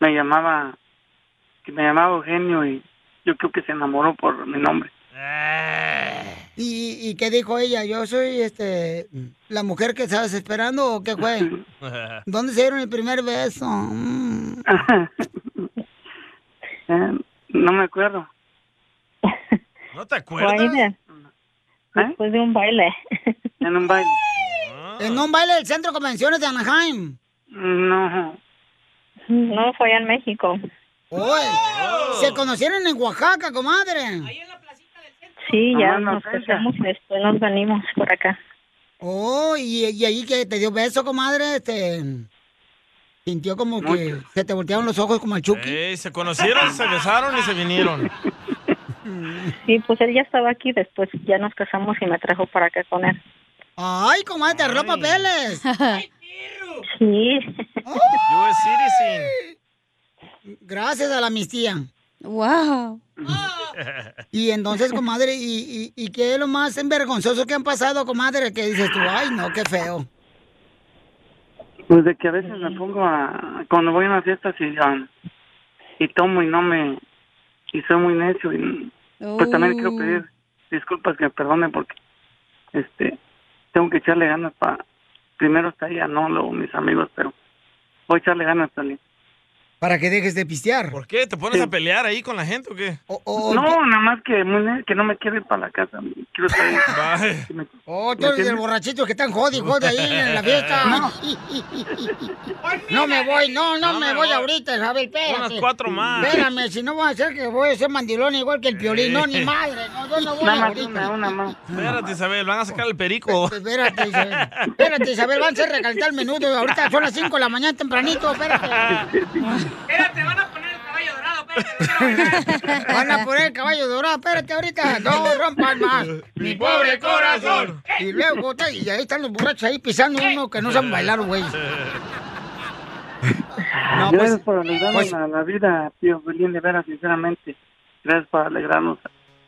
me llamaba que me llamaba Eugenio y yo creo que se enamoró por mi nombre.
Eh.
¿Y, ¿Y qué dijo ella? ¿Yo soy este la mujer que estabas esperando o qué
[laughs]
fue? ¿Dónde se dieron el primer beso? Mm.
Eh, Ah, no me acuerdo.
[laughs] ¿No te
Fue ahí
acuerdas?
de- Después de un baile.
En un baile.
¿En un baile del Centro de Convenciones de Anaheim?
No.
No, fue allá en México. Oh.
Oye, Se conocieron en Oaxaca, comadre.
Sí,
Ah,
ya
en la
nos
feria.
casamos y después nos venimos por acá.
Oh, y, y ahí que te dio beso, comadre, este... Sintió como que se te voltearon los ojos como el Chucky.
Ey, se conocieron, se besaron y se vinieron.
Sí, pues él ya estaba aquí, después ya nos casamos y me trajo para acá con él.
Ay, comadre, te arregló
[laughs]
papeles.
Sí.
Gracias a la amistía. Wow. [laughs] Y entonces, comadre, ¿y, y, y qué es lo más vergonzoso que han pasado, comadre? Que dices tú, ay, no, qué feo.
Pues de que a veces me pongo a cuando voy a una fiesta y, um, y tomo y no me y soy muy necio y pues también quiero
Oh.
pedir disculpas que me perdonen porque este tengo que echarle ganas para primero está ella no luego mis amigos pero voy a echarle ganas también
Para que dejes de pistear. Oh,
¿Por qué? ¿Te pones a pelear ahí con la gente o qué?
no nada más que muy ne- que no me quiero ir para la casa quiero estar ahí.
Bye.
Me-
Oh, tú eres
¿Me
el
entiendes?
borrachito que están jodi, jodi ahí en la
[laughs]
fiesta. No. me voy, no, no, me voy, ahorita, Isabel, espérate.
Unas cuatro más.
Espérame, si no voy a hacer que voy a ser mandilón igual que el piolín. No, ni madre, no, yo no voy
Nada más
ahorita.
una, una más.
Espérate, Isabel, van a sacar el [laughs] perico.
Pues, Espérate, Isabel. Espérate, Isabel, van a hacer recalentar el menudo. Ahorita son las 5 de la mañana tempranito, espérate. Van a poner el caballo dorado, espérate ahorita. No rompan más.
Mi pobre corazón.
Y luego, te- y ahí están los borrachos ahí pisando uno que no saben bailar, güey.
Gracias por alegrarnos
pues-
a la vida, tío Belín, de veras, sinceramente. Gracias por alegrarnos.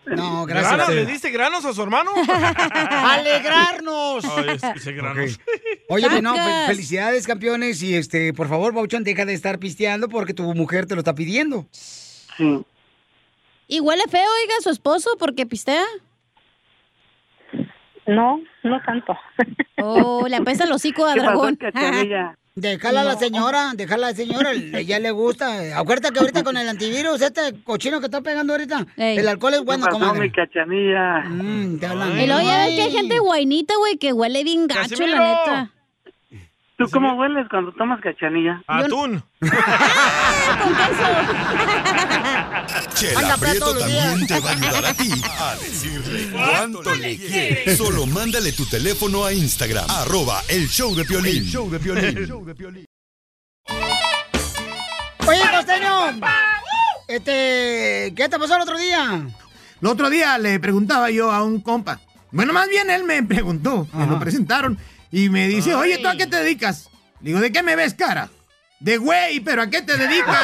No,
¿Granos? ¿Le diste granos a su hermano?
[laughs] ¡Alegrarnos!
Ay, escuché granos.
Oye, pues, no, fe-
Sacas.
felicidades, campeones. Y este, por favor, Bauchan, deja de estar pisteando porque tu mujer te lo está pidiendo.
Sí.
¿Y huele feo, oiga, su esposo porque pistea?
No, no tanto.
Oh, le apesta el hocico a dragón. [laughs]
[laughs] Déjala a la señora, déjala a la señora, ella le gusta. Acuérdate que ahorita con el antivirus, este cochino que está pegando ahorita, el alcohol es Pues bueno, Mm,
¿Qué pasó,
comadre.
mi cachanilla?
Y luego ya ves que hay gente guainita, güey, que huele bien gacho,
¡Casimiro!
la neta.
¿Tú cómo hueles cuando tomas cachanilla?
Atún.
Chela
Anda, pues,
Prieto
todos los
también
días.
te va a ayudar a ti a decirle cuánto le quiere.
quieres?
Solo mándale tu teléfono a Instagram, arroba el show de Piolín. show de
Oye, costeño, este, ¿qué te pasó el otro día?
El otro día le preguntaba yo a un compa. Bueno, más bien él me preguntó, me lo presentaron. Y me dice, oye, ¿tú a qué te dedicas? Le digo, ¿de qué me ves cara? De güey, pero ¿a qué te
[laughs]
dedicas?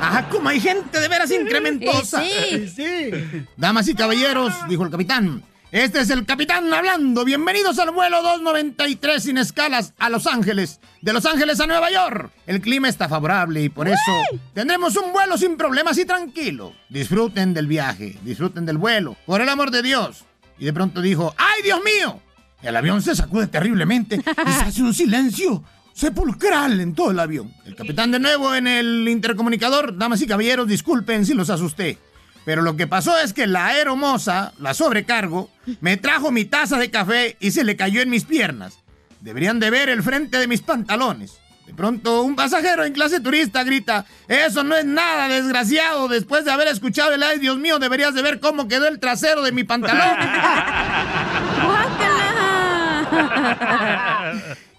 Ajá, como hay gente de veras incrementosa.
Y
Damas y caballeros, dijo el capitán. Este es el capitán hablando. Bienvenidos al vuelo 293 sin escalas a Los Ángeles. De Los Ángeles a Nueva York. El clima está favorable y por eso tendremos un vuelo sin problemas y tranquilo. Disfruten del viaje, disfruten del vuelo, por el amor de Dios. Y de pronto dijo, ¡ay Dios mío! El avión se sacude terriblemente y se hace un silencio sepulcral en todo el avión. El capitán de nuevo en el intercomunicador, damas y caballeros, disculpen si los asusté. Pero lo que pasó es que la aeromoza, la sobrecargo, me trajo mi taza de café y se le cayó en mis piernas. Deberían de ver el frente de mis pantalones. De pronto, un pasajero en clase turista grita, eso no es nada, desgraciado. Después de haber escuchado el ay, Dios mío, deberías de ver cómo quedó el trasero de mi pantalón.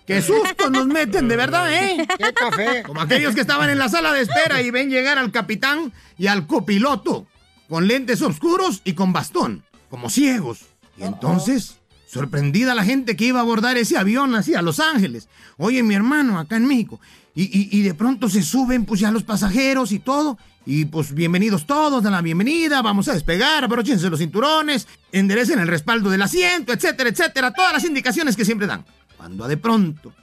¡Qué susto nos meten, de verdad, eh! ¡Qué café! Como aquellos que estaban en la sala de espera y ven llegar al capitán y al copiloto con lentes oscuros y con bastón, como ciegos. Y entonces, sorprendida la gente que iba a abordar ese avión así a Los Ángeles. Oye, mi hermano, acá en México. Y, y- y de pronto se suben pues ya los pasajeros y todo. Y pues bienvenidos todos, dan la bienvenida, vamos a despegar, abróchense los cinturones, enderecen el respaldo del asiento, etcétera, etcétera, todas las indicaciones que siempre dan. Cuando de pronto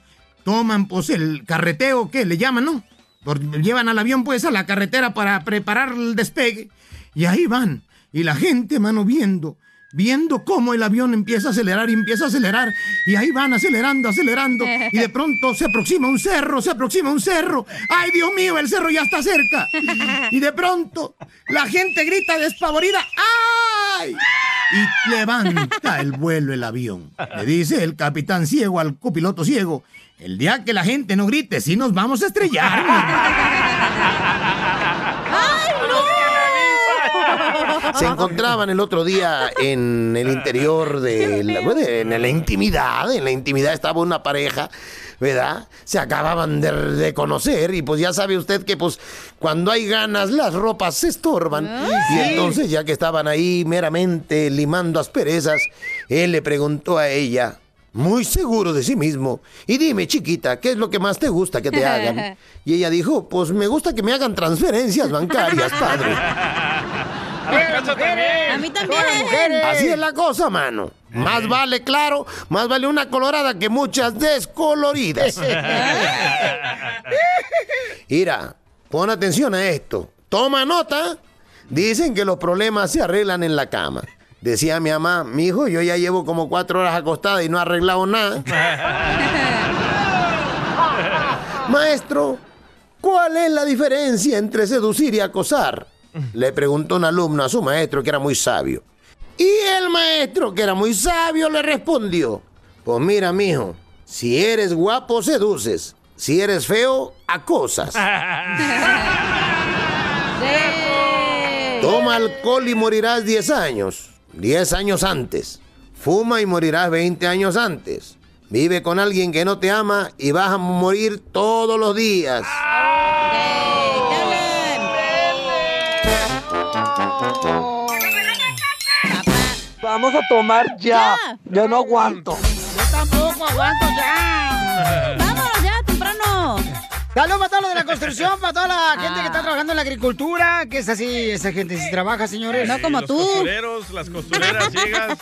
toman pues el carreteo que le llaman, ¿no? Por- llevan al avión pues a la carretera para preparar el despegue y ahí van. Y la gente, mano, viendo, viendo cómo el avión empieza a acelerar y empieza a acelerar y ahí van acelerando, acelerando y de pronto se aproxima un cerro, se aproxima un cerro. ¡Ay, Dios mío, el cerro ya está cerca! Y de pronto la gente grita despavorida ¡ah! ¡Ay! y levanta el vuelo el avión. Le dice el capitán ciego al copiloto ciego, el día que la gente no grite, sí nos vamos a estrellar.
Se encontraban el otro día en el interior de la, bueno, en la intimidad, en la intimidad estaba una pareja, ¿verdad? Se acababan de, de conocer y pues ya sabe usted que pues cuando hay ganas las ropas se estorban. Y entonces ya que estaban ahí meramente limando asperezas, él le preguntó a ella, muy seguro de sí mismo, y dime chiquita, ¿qué es lo que más te gusta que te hagan? Y ella dijo, pues me gusta que me hagan transferencias bancarias,
[laughs]
padre.
A la cacha también.
A mí también.
Así es la cosa, mano. Más vale claro, más vale una colorada que
[laughs]
muchas descoloridas. Mira, pon atención a esto. Toma nota. Dicen que los problemas se arreglan en la cama. Decía mi mamá, mi hijo, yo ya llevo como cuatro horas acostada y no he arreglado nada. Maestro, ¿cuál es la diferencia entre seducir y acosar? Le preguntó un alumno a su maestro que era muy sabio. Y el maestro, que era muy sabio, le respondió: Pues mira, mijo, si eres guapo, seduces. Si eres feo, acosas. Toma alcohol y morirás 10 años, 10 años antes. Fuma y morirás 20 años antes. Vive con alguien que no te ama y vas a morir todos los días.
Vamos a tomar ya. Yo no aguanto.
Yo tampoco aguanto ya.
Vámonos ya, temprano. Ah.
Saludos para todos los de la construcción, para
[laughs]
toda la gente que está trabajando en la agricultura, que es así, esa gente sí trabaja, señores.
Sí, Eh, los costureros, las
[laughs]
costureras ciegas.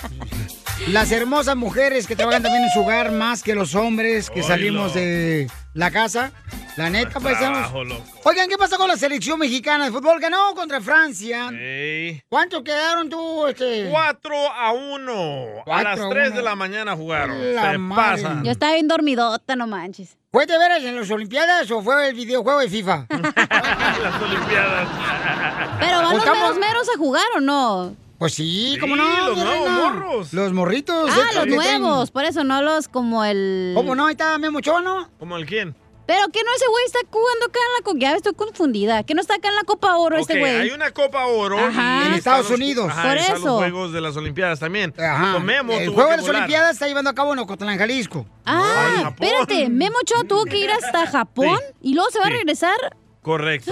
Las hermosas mujeres que trabajan también en su hogar más que los hombres que
Oilo.
salimos de la casa. La neta, paisanos.
Trabajo, loco.
Oigan, ¿qué pasó con la selección mexicana de fútbol? Ganó contra Francia.
Ey.
¿Cuánto quedaron tú? Este?
4 a 1. A las 3 de la mañana jugaron.
La
Se
madre.
pasan.
Yo estaba bien dormidota, no manches.
¿Fue de veras en las Olimpiadas o fue el videojuego de FIFA?
Las Olimpiadas.
[laughs] Pero van los
Buscamos-
meros meros a jugar o no?
Pues sí,
Sí,
¿cómo no?
los
mi
nuevos
reina?
morros.
Los morritos.
Ah,
estos
los
que están-
nuevos, por eso no los como el.
¿Cómo no? Ahí está Memo Chono.
¿Como el quién?
Pero que no ese güey está jugando acá en la copa. Ya estoy confundida. Que no está acá en la Copa Oro
Ok,
este güey.
Hay una Copa Oro
Ajá.
y
En
están
Estados
los-
Unidos.
ajá,
Por
están
eso.
los juegos de las Olimpiadas también. Ajá.
El juego de las Olimpiadas está llevando a cabo en Ocotlán, Jalisco.
Ah, espérate. Memo Ochoa tuvo que ir hasta Japón y luego se va a
Sí.
regresar.
Correcto.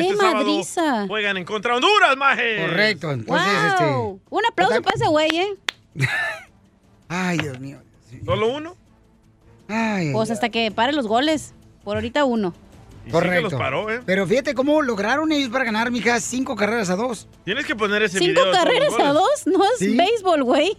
¡Qué
este
madriza!
sábado juegan en contra de Honduras, maje. este,
Correcto. Entonces,
¡Wow! Un aplauso para ese güey, ¿eh?
Ay, Dios mío.
¿Solo uno?
Pues hasta que pare los goles. Por ahorita uno.
Y sí que
Correcto.
los paró, ¿eh?
Pero fíjate cómo lograron ellos para ganar, mija, cinco carreras a dos.
Tienes que poner ese
¿Cinco
video. de todos los
carreras a
goles.
dos? No es
Sí.
béisbol,
[laughs]
güey.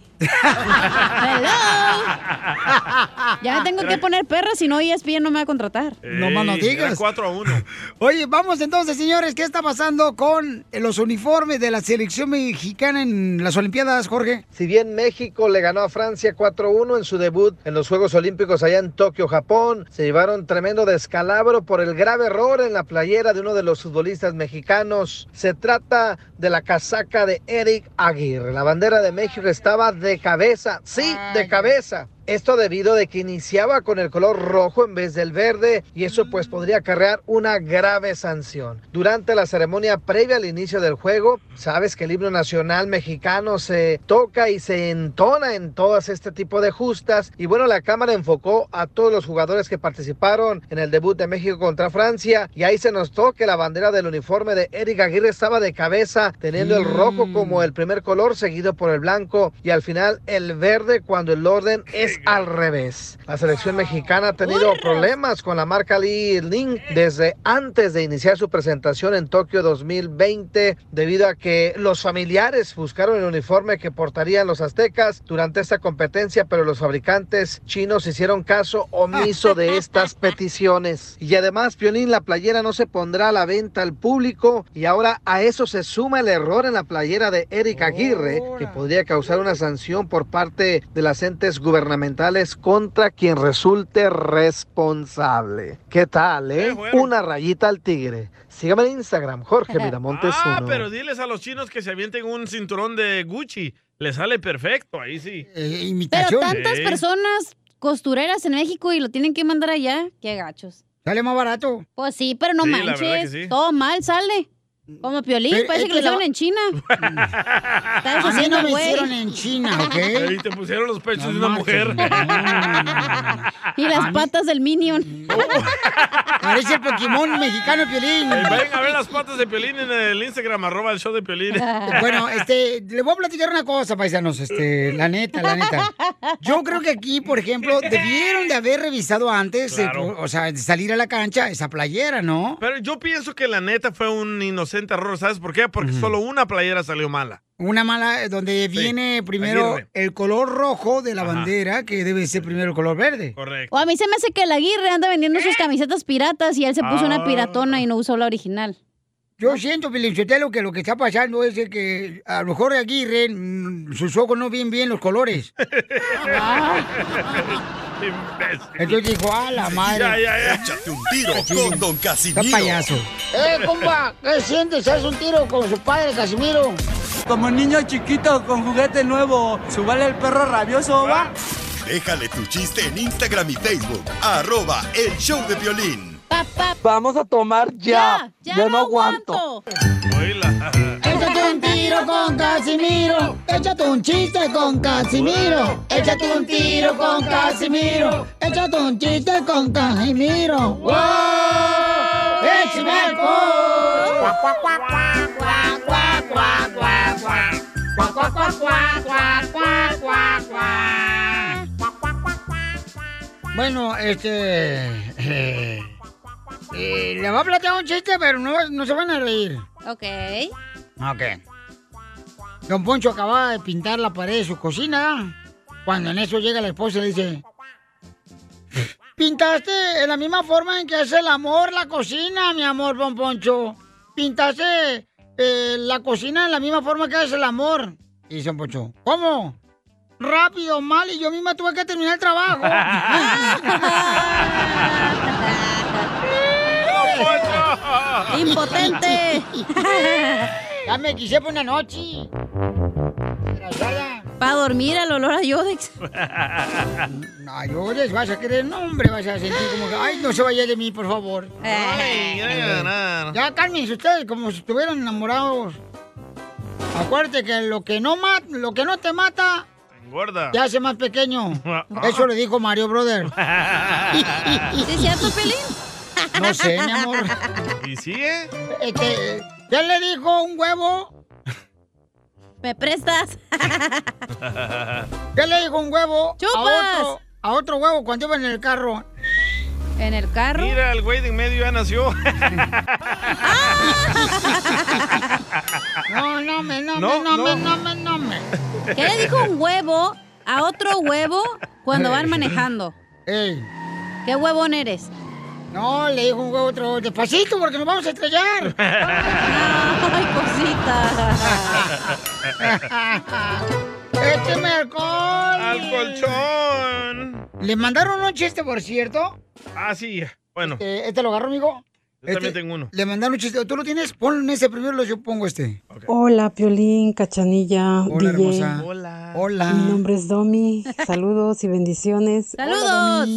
Hello. Ya me tengo que poner perra, si no E ESPN este, no me va a contratar.
No más no
Ey, era
digas.
cuatro
[laughs]
a uno.
Oye, vamos entonces, señores, ¿qué está pasando con los uniformes de la selección mexicana en las Olimpiadas, Jorge?
Si bien México le ganó a Francia 4-1 en su debut en los Juegos Olímpicos allá en Tokio, Japón, se llevaron tremendo descalabro por el grave error en la playera de uno de los futbolistas mexicanos. Se trata de la casaca de Eric Aguirre. La bandera de México estaba de cabeza, sí, de cabeza. Esto debido de que iniciaba con el color rojo en vez del verde y eso pues podría acarrear una grave sanción. Durante la ceremonia previa al inicio del juego, sabes que el himno nacional mexicano se toca y se entona en todas este tipo de justas y bueno, la cámara enfocó a todos los jugadores que participaron en el debut de México contra Francia y ahí se notó que la bandera del uniforme de Eric Aguirre estaba de cabeza teniendo el rojo como el primer color seguido por el blanco y al final el verde cuando el orden es al revés. La selección mexicana ha tenido problemas con la marca Lee Link desde antes de iniciar su presentación en Tokio 2020 debido a que los familiares buscaron el uniforme que portarían los aztecas durante esta competencia pero los fabricantes chinos hicieron caso omiso de estas peticiones. Y además, Piolín, la playera no se pondrá a la venta al público y ahora a eso se suma el error en la playera de Eric Aguirre que podría causar una sanción por parte de las entes gubernamentales contra quien resulte responsable. ¿Qué tal, eh? Una rayita al tigre. Sígame en Instagram,
[laughs]
Jorge Miramontes
Ah,
uno.
pero diles a los chinos que se avienten un cinturón de Gucci. Le sale perfecto, ahí
Eh,
sí.
Pero tantas
Sí.
personas costureras en México y lo tienen que mandar allá. Qué gachos.
Sale
[laughs]
más barato.
Pues sí, pero no
Sí, la verdad que
manches.
sí.
Todo mal sale. Como piolín,
Pero
parece
es
que
que
lo
la-
saben en China. Está
A mí
deshaciendo
no
el
me
güey.
hicieron en China, ¿ok?
[laughs] Ahí te pusieron los pechos de una mujer.
Y las patas del Minion.
Parece el Pokémon mexicano Piolín.
Eh, vayan a ver las patas de Piolín en el Instagram, arroba el show de Piolín.
[laughs] Bueno, este, le voy a platicar una cosa, paisanos, este, la neta, la neta. Yo creo que aquí, por ejemplo, debieron de haber revisado antes, eh,
Claro.
o sea, de salir a la cancha esa playera, ¿no?
Pero yo pienso que la neta fue un inocente error, ¿sabes por qué? Porque solo una playera salió mala.
Una mala, eh, donde
Sí,
viene primero
Aguirre.
el color rojo de la bandera, que debe ser primero el color verde.
Correcto.
O a mí se me hace que el Aguirre anda vendiendo sus camisetas piratas y él se puso
Ah.
una piratona y no usó la original.
Yo siento, Pilinchotelo, que lo que está pasando es de que a lo mejor Aguirre, mm, sus ojos no ven bien los
[laughs]
colores. Entonces dijo, a la madre.
Ya, ya, ya. Échate [laughs] un tiro con Don Casimiro.
Está payaso. ¡Eh, compa! ¿Qué sientes? ¿Haz un tiro con su padre, Casimiro?
Como niño chiquito con juguete nuevo, subale el perro rabioso, va.
Déjale tu chiste en Instagram y Facebook. Arroba el show de violín.
Vamos a tomar ya. Ya, no aguanto.
Échate un tiro con Casimiro. Échate un chiste con Casimiro. Échate un tiro con Casimiro. Échate un chiste con Casimiro. ¡Wow! ¡Échame alcohol! Bueno, este. eh, eh, le voy a plantear un chiste, pero no, no se van a reír.
Ok.
Ok. Don Poncho acababa de pintar la pared de su cocina. Cuando en eso llega la esposa y le dice: Pintaste en la misma forma en que hace el amor la cocina, mi amor, Don Poncho. Pintaste eh, la cocina en la misma forma que hace el amor. Y Don Poncho: ¿Cómo? Rápido, mal, y yo misma tuve que terminar el trabajo.
[laughs]
¡Impotente!
ya me quise por una noche.
Para dormir al olor a Yodex.
No llores, vas a querer, no, hombre, vas a sentir como que, ay, no se vaya de mí, por favor.
Eh.
Ay, ya voy a ganar.
Ya cálmense ustedes como si estuvieran enamorados. Acuérdate que lo que no ma- lo que no te mata
Engorda.
te hace más pequeño. Eso le dijo Mario Brother.
[laughs] ¿Sí es cierto, Pelín?
No sé, mi
[laughs]
amor.
¿Y sigue?
Eh, Este, ¿Qué le dijo un huevo
¿Me prestas?
¿Qué le dijo un huevo a
¡Chupas!
otro, a otro huevo cuando iba en el carro?
¿En el carro?
Mira, el güey de en medio ya nació. [laughs]
No, no me, no,
No,
me, no, me,
no.
no me, no me.
¿Qué le dijo un huevo a otro huevo cuando van
Ey.
manejando?
Ey.
¿Qué huevón eres?
No, le dijo un huevo a otro, despacito porque nos vamos
[laughs]
a estrellar.
Ay,
pues
[laughs] ¡Écheme alcohol! ¡Al
colchón!
Le mandaron un chiste, por cierto.
Ah, sí, bueno.
Este, este lo agarró, amigo.
Yo también tengo uno.
Le mandaron un chiste. ¿Tú lo tienes? Pon ese primero, yo pongo este.
Hola, Piolín, Cachanilla,
Hola,
DJ.
hermosa. Hola. Hola.
Mi nombre es Domi. Saludos y bendiciones.
¡Saludos!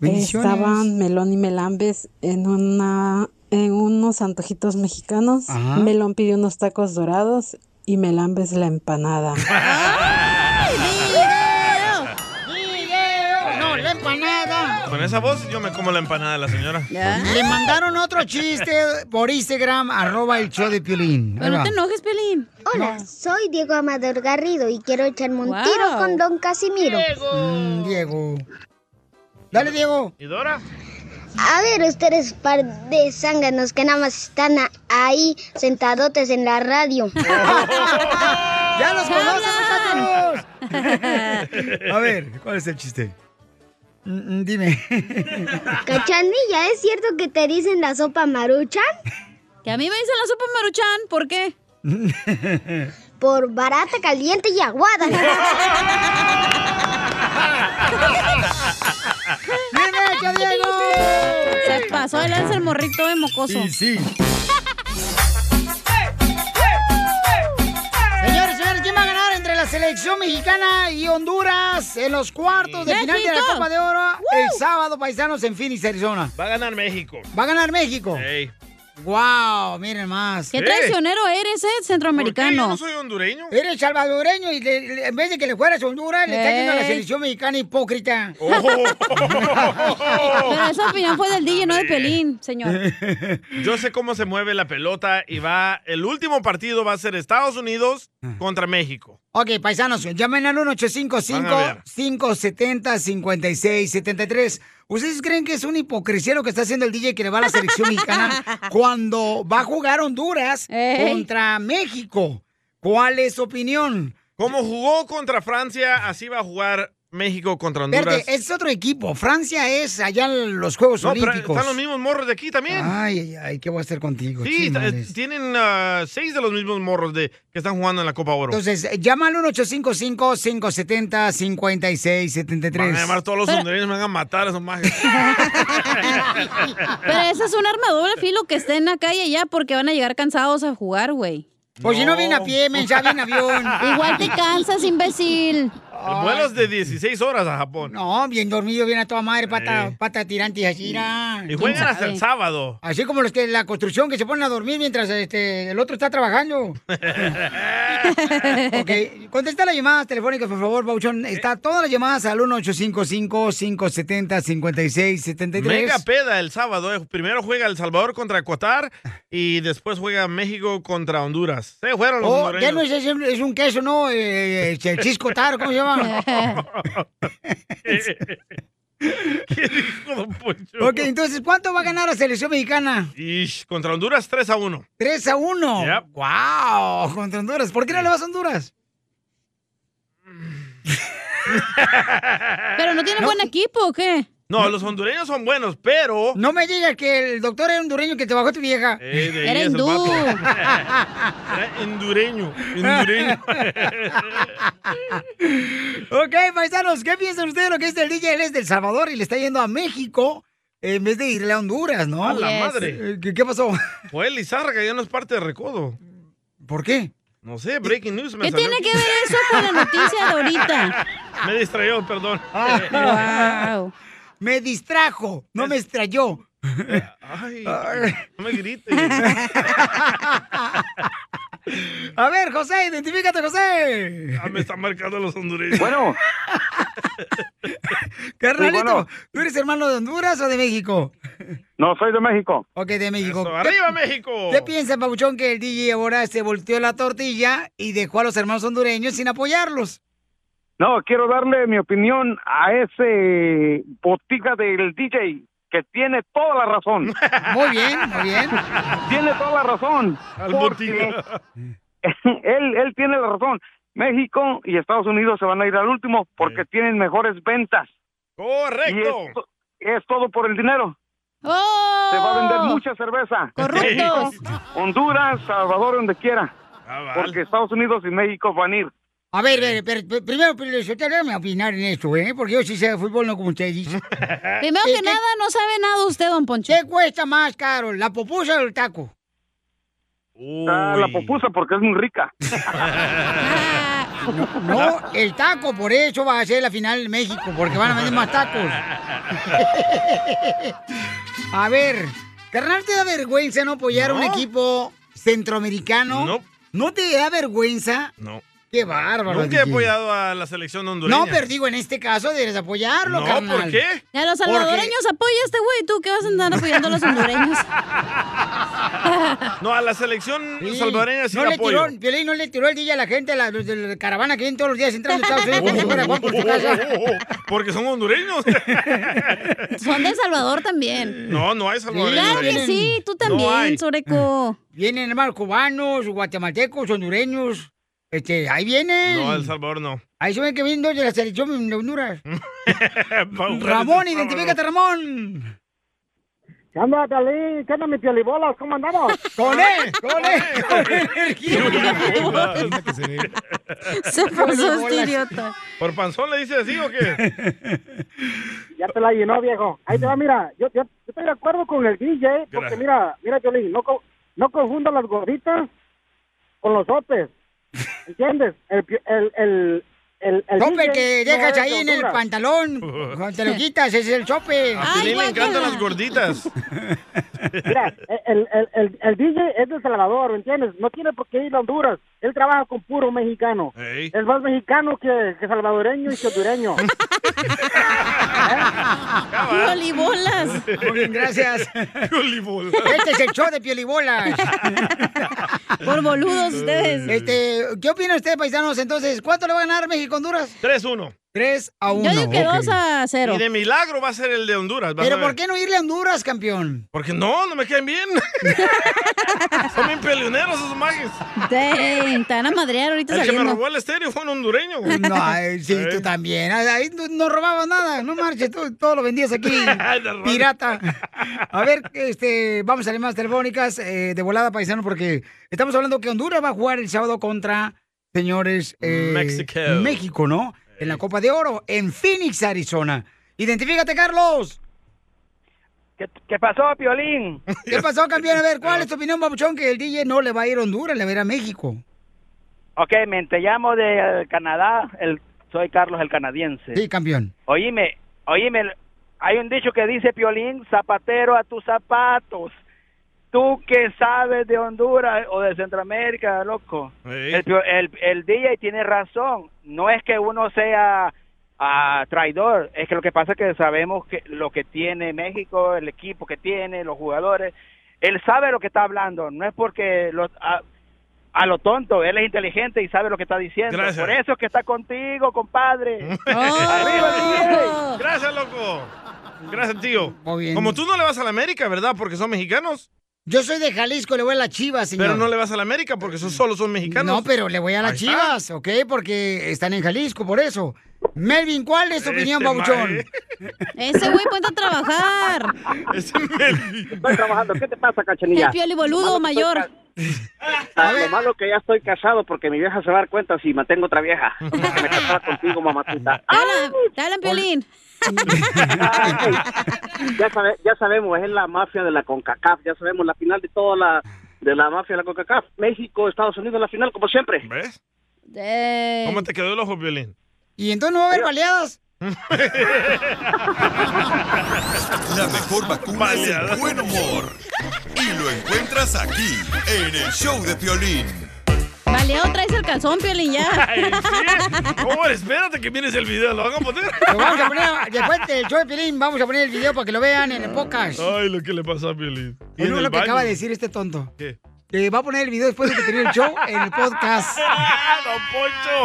Estaban Melón y Melambes en una en unos antojitos mexicanos.
Ajá.
Melón pidió unos tacos dorados y Melambes
[laughs]
la empanada.
¡Ay, video!
¡Video! No, la empanada.
Con esa voz yo me como la empanada de la señora.
Pues
Le mandaron otro chiste por Instagram, arroba el show de Piolín. Ahí va.
enojes, Pelín.
Hola, soy Diego Amador Garrido y quiero echarme un tiro con Don Casimiro.
Mm, Diego. Dale, Diego.
¿Y Dora?
A ver, ustedes par de zánganos que nada más están a- ahí sentadotes en la radio.
[laughs] ¡Ya los conoces, muchachos!
A
[laughs]
[laughs] A ver, ¿cuál es el chiste? Mm, mm, dime.
Cachanilla, ¿es cierto que te dicen la sopa maruchan?
Que a mí me dicen la sopa maruchan, ¿por qué?
Por barata, caliente y
[laughs]
aguada.
Se pasó de lanza el morrito de mocoso.
sí. Señores, señores, ¿quién va a ganar entre la selección mexicana y Honduras en los cuartos de final de la
¡México!
Copa de Oro el sábado, paisanos, en Phoenix, Arizona?
Va a ganar México.
¿Va a ganar México?
Ey.
¡Wow! Miren más.
Qué traicionero eres, eh, centroamericano.
¿Por qué? Yo no soy
[laughs]
hondureño.
Eres salvadoreño y le- le- en vez de que le fueras a Honduras, le está yendo a la
Ey.
selección mexicana hipócrita.
Oh.
[laughs]
[laughs]
Pero esa opinión Ah, fue del DJ, no de Pelín, señor.
Yo sé cómo se mueve la pelota y va. El último partido va a ser Estados Unidos contra México.
Ok, paisanos, llamen al
Van a ver.
1-855-570-5673. ¿Ustedes creen que es una hipocresía lo que está haciendo el DJ que le va a la selección
[laughs]
mexicana cuando va a jugar Honduras
Ey.
contra México? ¿Cuál es su opinión?
Como jugó contra Francia, así va a jugar México contra Honduras.
Espérate, eh, es otro equipo. Francia es allá en los Juegos
No, pero
Olímpicos.
están los mismos morros de aquí también.
Ay, ay, ay, ¿qué voy a hacer contigo?
Sí, t-
Chimales.
tienen ah, seis de los mismos morros de, que están jugando en la Copa Oro.
Entonces, eh, llama al 1-855-570-5673.
van a llamar todos los hondureños, me van a matar a esos majes.
Pero esa es un arma de doble filo que estén acá y allá porque van a llegar cansados a jugar, güey.
Pues si no viene a pie, men, ya viene en avión.
[laughs] Igual te cansas, imbécil.
Vuelos de 16 horas a Japón.
No, bien dormido, bien a toda madre, pata,
Eh.
pata tirante y así. na.
Y juegan
¿Quién
hasta el
sabe? [laughs]
sábado.
Así como los que la construcción que se ponen a dormir mientras este, el otro está
[laughs]
trabajando. ok, contesta las llamadas telefónicas, por favor,
Eh.
Bauchón. Está todas las llamadas al 1-855-570-5673.
Mega peda el sábado. eh. Primero juega El Salvador contra Qatar y después juega México contra Honduras. Se fueron los
Oh, ya
hondureños.
no es, es, es un queso, ¿no? Eh, eh, el chisco taro, ¿cómo se llama? ok, entonces, ¿cuánto va a ganar la selección mexicana?
[laughs] Ish, contra Honduras 3 a 1.
3 a 1.
Yep.
¡Wow! Contra Honduras. ¿Por qué no le vas a Honduras?
Pero no tiene buen equipo, ¿o qué?
No, los hondureños son buenos, pero.
No me digas que el doctor era hondureño que te bajó tu vieja.
Eh, de ahí Era es el hindú. vato. [laughs] Era hondureño. hondureño.
ok, paisanos, ¿qué piensan ustedes de lo que es el DJ? Él es del Salvador y le está yendo a México en vez de irle a Honduras, ¿no?
A la Yes. madre.
Eh, ¿Qué, qué pasó?
Joel Lizárraga ya no es parte de Recodo.
¿Por qué?
No sé, breaking news. Me
¿Qué
salió
tiene
aquí.
que ver eso con la noticia de ahorita?
[laughs] Me distrayó, perdón.
[laughs] Me distrajo, no me extrayó.
Ay,
Ay.
no me
[laughs]
grites.
A ver, José,
Ah,
identifícate, José. [laughs]
Ya me están marcando los hondureños.
Bueno.
Carnalito,
Sí, bueno.
¿tú eres hermano de Honduras o de México?
No, soy de México.
Ok, de México.
Eso,
¿Qué-
¡arriba, México!
¿Qué piensa, Pabuchón, que el DJ ahora se volteó la tortilla y dejó a los hermanos hondureños sin apoyarlos?
No, quiero darle mi opinión a ese botica del DJ que tiene toda la razón.
[laughs] Muy bien, muy bien.
Tiene toda la razón.
Al
porque
botica.
[laughs] él, él tiene la razón. México y Estados Unidos se van a ir al último porque tienen mejores ventas.
Correcto.
Y es to- es, todo por el dinero. Se va a vender
Oh.
mucha cerveza.
Correctos.
México, Honduras, Salvador, donde quiera.
Ah,
Porque Estados Unidos y México van a ir.
A ver, ver, ver, ver, primero, pero yo te déjame opinar en esto, ¿eh? Porque yo sí sé de fútbol, no como ustedes
[laughs]
dicen.
Primero que nada,
no sabe nada usted, don Poncho. ¿Qué cuesta más caro, la popusa o el taco?
Ah, la popusa porque es muy rica.
No,
[laughs]
el taco, por eso va a ser la final en México, porque van a vender más tacos. [laughs] a ver, carnal, ¿te da vergüenza no apoyar a un
No.
equipo centroamericano? No. ¿No te da vergüenza?
No.
Qué bárbaro.
Nunca he
DJ.
apoyado a la selección hondureña.
No, pero digo, en este caso debes apoyarlo,
No,
carnal.
¿por qué?
a los salvadoreños apoya este güey, ¿tú qué vas a andar apoyando a los
[laughs]
hondureños?
No, a la selección
Sí.
salvadoreña sí
no
la
le
apoyo.
tiró, Piolín no le tiró el día a la gente, a la, los de la caravana que vienen todos los días entrando a Estados Unidos
[laughs]
como si fuera Juan por su casa.
Porque son hondureños.
Son de El Salvador también.
No, no hay salvadoreños.
Claro
ahí.
que sí, tú
No
también,
hay.
Soreco.
[laughs] Vienen hermanos cubanos, guatemaltecos, hondureños. Este, ahí vienen.
No, El Salvador no. [laughs]
Ahí se ven que vienen dos de la selección de Honduras.
Ramón,
Ramón, identifícate, Ramón.
¿Qué onda, Piolín? ¿Qué onda, mi piolibolas? ¿Cómo [laughs] andamos?
¡Con
E.
él! ¡Con él! ¡Con
Se pasó
Bolas.
este idiota.
¿Por panzón le dices así o qué?
Ya te la llenó, viejo. Ahí te va, mira, yo, yo, yo estoy de acuerdo con el DJ, porque
Gracias.
mira, mira, Piolín, no, co- no confunda las gorditas con los sopes, ¿entiendes? El, pi- el, el, el, el
Chope
DJ
que
no
dejas
es de
ahí en el
Honduras.
[laughs]
pantalón. Cuando te lo quitas, ese es el chope.
A Piolín le encantan las gorditas.
Mira, el, el, el, el DJ es de El Salvador, ¿me entiendes? No tiene por qué ir a Honduras. Él trabaja con puro mexicano.
Ey.
Es más mexicano que, que salvadoreño y que hondureño.
[laughs] Piolibolas.
[laughs]
Muy bien,
[laughs]
gracias.
Piolibolas.
Este es el show de Piolibolas.
[laughs] Por boludos ustedes.
Este, ¿Qué opinan ustedes, paisanos? Entonces, ¿cuánto le va a ganar México a Honduras?
3-1.
3 a 1.
Y de milagro va a ser el de Honduras. vas
Pero
a
¿por
ver.
qué no irle a Honduras, campeón?
Porque no, no me caen
[laughs]
bien. Son bien peleoneros esos magues.
Dang, te van a madrear ahorita
El que me
saliendo.
robó el estéreo fue un hondureño. güey.
No, ay, sí, tú también. Ay, Ahí no, no robabas nada, no marches, tú, todo lo vendías aquí, pirata. A ver, este, vamos a las más telefónicas eh, de volada, paisano, porque estamos hablando que Honduras va a jugar el sábado contra, señores, eh,
Mexico.
México, ¿no? En la Copa de Oro, en Phoenix, Arizona. Identifícate, Carlos.
¿Qué, pasó, Piolín?
¿Qué pasó, campeón? A ver,
[laughs]
¿cuál es tu opinión, babuchón? Que el DJ no le va a ir a Honduras, le va a ir a México.
Ok, me te llamo de eh, Canadá, el, soy Carlos el canadiense.
Sí, campeón.
Oíme, oíme, hay un dicho que dice Piolín, zapatero a tus zapatos. Tú que sabes de Honduras o de Centroamérica, loco. El, Pio- el, el DJ tiene razón. No es que uno sea ah, traidor, es que lo que pasa es que sabemos que lo que tiene México, el equipo que tiene, los jugadores. Él sabe lo que está hablando, no es porque lo, a, a lo tonto, él es inteligente y sabe lo que está diciendo.
Gracias.
Por eso es que está contigo, compadre.
¡Oh! Gracias, loco. Gracias, tío. Como tú no le vas a la América, ¿verdad? Porque son mexicanos.
Yo soy de Jalisco, le voy a la Chivas, señor.
Pero no le vas a la América porque son, solo son mexicanos.
No, pero le voy a las
Ahí está.
chivas, ¿ok? Porque están en Jalisco, por eso. Melvin, ¿cuál es tu opinión,
Este
babuchón?
mae.
[laughs] Ese güey ponte a trabajar.
[laughs] Este
Estoy trabajando. ¿Qué te pasa, cachanilla? Ah,
El pioli boludo mayor.
Lo malo que ya estoy casado porque mi vieja se va a dar cuenta si mantengo otra vieja. Me casaba contigo, mamacita.
Te hablan- Te hablan, piolín. [laughs]
Ya, sabe- ya sabemos, es la mafia de la CONCACAF. Ya sabemos, la final de toda la, de la mafia de la CONCACAF. México, Estados Unidos, la final, como siempre.
¿Ves?
Dang.
¿Cómo te quedó el ojo, Violín?
¿Y entonces no va a haber
[laughs]
baleadas?
La mejor vacuna es el buen humor. Y lo encuentras aquí, en el show de Piolín.
Baleado traes el calzón, Piolín, ya.
Omar, espérate que vienes el
[laughs]
video, lo van a poner.
Lo vamos a poner, después del show de Piolín, vamos a poner el video para que lo vean en el podcast.
Ay, lo que le pasa a Piolín. Y en
Bueno,
el
lo que
baño.
acaba de decir este tonto.
¿Qué?
Que va a poner el video después de que termine el show en
[laughs]
el
[laughs]
podcast.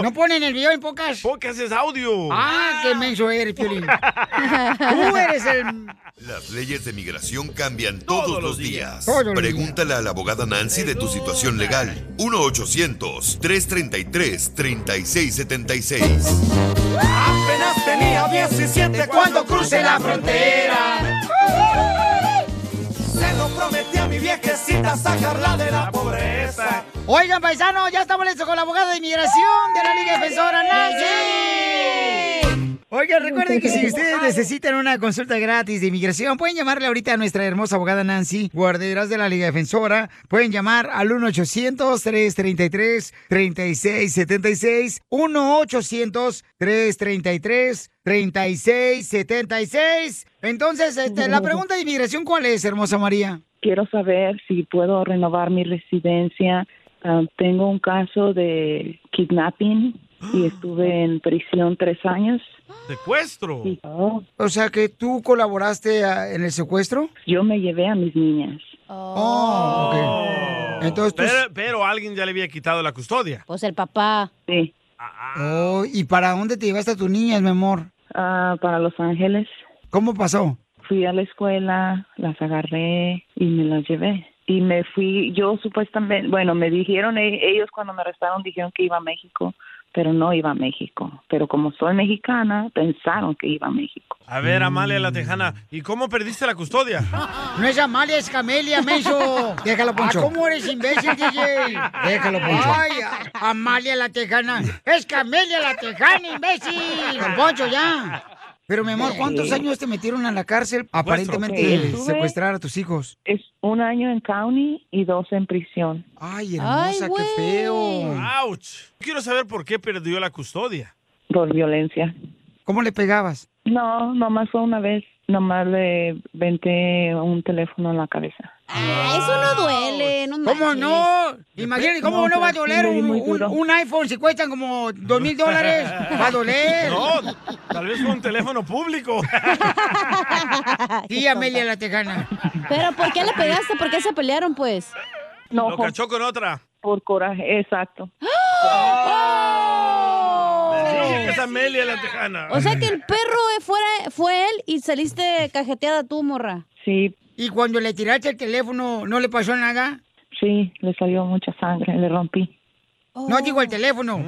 No ponen el video en podcast.
Podcast es audio.
Ah, qué menso eres,
[laughs]
Piolín. Tú eres el...
Las leyes de migración cambian todos, los días.
Todos los
Pregúntale a la abogada Nancy de tu situación legal.
[laughs]
1-800-333-3676.
Apenas tenía 17 cuando crucé la frontera. Se lo prometí a mi viejecita sacarla de la pobreza.
Oigan, paisano, ya estamos listos con la abogada de inmigración de la Liga Defensora Nancy. Oigan, recuerden que si ustedes necesitan una consulta gratis de inmigración, pueden llamarle ahorita a nuestra hermosa abogada Nancy Guarderas de la Liga Defensora. Pueden llamar al 1-800-333-3676. 1-800-333-3676. Entonces, este, la pregunta de inmigración, ¿cuál es, hermosa María?
Quiero saber si puedo renovar mi residencia. Ah, tengo un caso de kidnapping y estuve en prisión tres años.
Secuestro.
O sea que tú colaboraste ah, en el secuestro.
Yo me llevé a mis niñas.
Oh, ok. Entonces pues- tú.
Pero, pero alguien ya le había quitado la custodia.
Pues el papá.
Sí.
Oh, ¿Y para dónde te llevaste a tus niñas, mi amor?
Ah, para Los Ángeles.
¿Cómo pasó?
Fui a la escuela, las agarré y me las llevé. Y me fui, yo supuestamente, bueno, me dijeron, e- ellos cuando me arrestaron dijeron que iba a México, pero no iba a México. Pero como soy mexicana, pensaron que iba a México.
A ver, Amalia la Tejana, ¿y cómo perdiste la custodia?
No es Amalia, es Camelia, menso. [laughs] Déjalo,
Poncho.
Ah, ¿cómo eres imbécil, DJ? [laughs]
Déjalo, Poncho.
Ay, a- Amalia la Tejana. Es Camelia la Tejana, imbécil. Don Poncho, ya. Pero, mi amor, ¿cuántos
Sí.
años te metieron a la cárcel? Aparentemente,
Sí,
el
estuve-
secuestrar a tus hijos.
Es un año en county y dos en prisión.
Ay,
hermosa, Ay, qué güey. feo.
¡Auch! Quiero saber por qué perdió la custodia.
Por violencia.
¿Cómo le pegabas?
No, nomás fue una vez, nomás le venté un teléfono en la cabeza.
eso no duele, no
¿Cómo
manches.
no? Imagínate, ¿cómo no,
No,
va a
pero sí
doler
le di
un,
muy
un-
duro.
un iPhone si cuestan como dos mil dólares? Va a doler.
No, tal vez fue un teléfono público.
Sí, Amelia la Tejana.
Pero ¿por qué le pegaste? ¿Por qué se pelearon, pues?
No,
Lo cachó con otra.
por coraje, exacto.
Les dije que es Amelia la Tejana.
¡Oh! O sea que el perro fuera, fue él y saliste cajeteada tú, morra.
Sí,
¿Y cuando le tiraste el teléfono, no le pasó nada?
sí, le salió mucha sangre, le rompí.
No digo el teléfono.
Oh.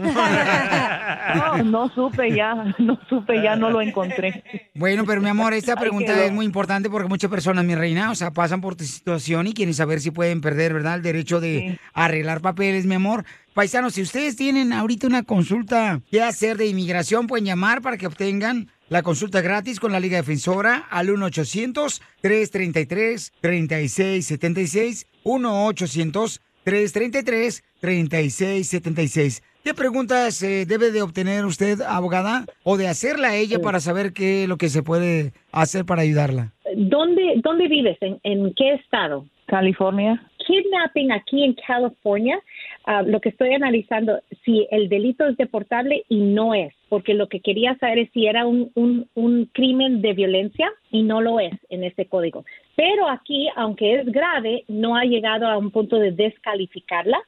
[laughs]
[laughs] No, no supe ya, no supe ya, no lo encontré.
Bueno, pero mi amor, esta
Ahí
pregunta
quedó.
es muy importante porque muchas personas, mi reina, o sea, pasan por tu situación y quieren saber si pueden perder, ¿verdad? El derecho de arreglar papeles, mi amor. Paisanos, si ustedes tienen ahorita una consulta que hacer de inmigración, pueden llamar para que obtengan la consulta gratis con la Liga Defensora al 1-800-333-3676. 1-800-333-3676. ¿Qué preguntas eh, debe de obtener usted, abogada, o de hacerla a ella
Sí.
para saber qué es lo que se puede hacer para ayudarla?
¿Dónde, dónde vives? ¿En, en qué estado?
California.
Kidnapping aquí en California. ah, lo que estoy analizando, si el delito es deportable y no es, porque lo que quería saber es si era un, un, un crimen de violencia y no lo es en este código. Pero aquí, aunque es grave, no ha llegado a un punto de descalificarla.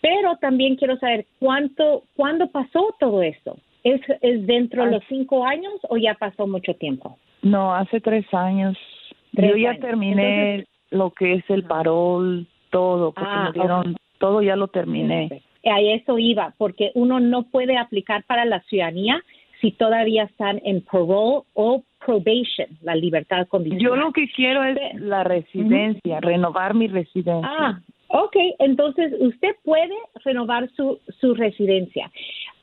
Pero también quiero saber cuánto, cuándo pasó todo esto. ¿Es, es dentro de los cinco años o ya pasó mucho tiempo?
No, hace tres años.
Tres
Yo ya
años.
terminé
Entonces-
lo que es el parol, todo, porque
Ah,
me dieron
ok.
todo, ya lo terminé.
a eso iba, porque uno no puede aplicar para la ciudadanía si todavía están en parole o probation, la libertad condicional.
Yo lo que quiero es la residencia, renovar mi residencia.
Ah, ok. Entonces, usted puede renovar su, su residencia.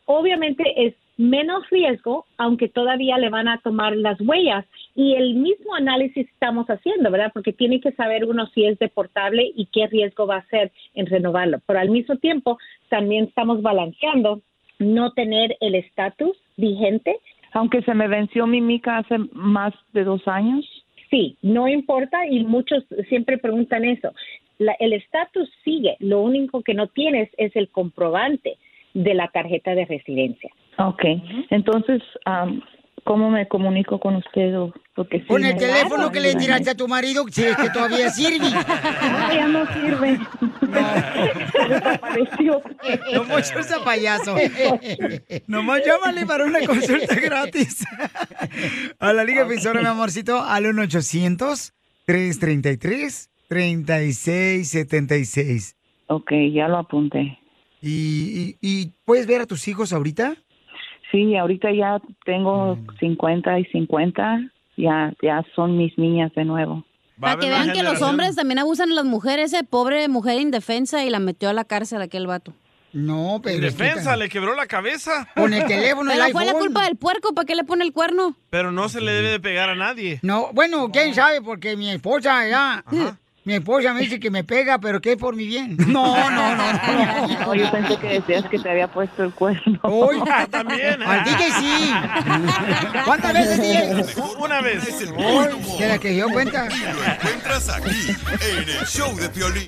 Obviamente es menos riesgo, aunque todavía le van a tomar las huellas. Y el mismo análisis estamos haciendo, ¿verdad? Porque tiene que saber uno si es deportable y qué riesgo va a ser en renovarlo. Pero al mismo tiempo, también estamos balanceando no tener el estatus vigente
Aunque se me venció mi mica hace más de dos años.
Sí, no importa y muchos siempre preguntan eso. la- el estatus sigue, lo único que no tienes es el comprobante de la tarjeta de residencia.
Ok, entonces, am, ¿cómo me comunico con usted? o- Porque sí
Con el
me-
teléfono que le tiraste a tu marido, si es que [laughs] todavía sirve.
ya no sirve.
No, no mucho ese payaso.
Nomás llámale para una consulta gratis. A la Liga Defensora, mi amorcito, al 1-800-333-3676.
Ok, ya lo apunté.
¿Y, y, y puedes ver a tus hijos ahorita? Mm.
Sí, ahorita ya tengo 50 y 50, ya, ya son mis niñas de nuevo.
Para que vean que los hombres también abusan de las mujeres, esa pobre mujer indefensa y la metió a la cárcel aquel vato.
No,
En defensa, le quebró la cabeza.
Pero fue la culpa del puerco, ¿para qué le pone el cuerno?
Pero no se le debe de pegar a nadie.
No, bueno, quién sabe, porque mi esposa ya. Mi esposa me dice que me pega, pero que es por mi bien. No, no, no, no.
[laughs] No, yo pensé que decías que te había puesto el cuerno.
[laughs] también. ¿eh? Al DJ sí. ¿Cuántas veces, DJ?
Una vez.
De la que yo cuenta.
Entras aquí, en el show de Piolín.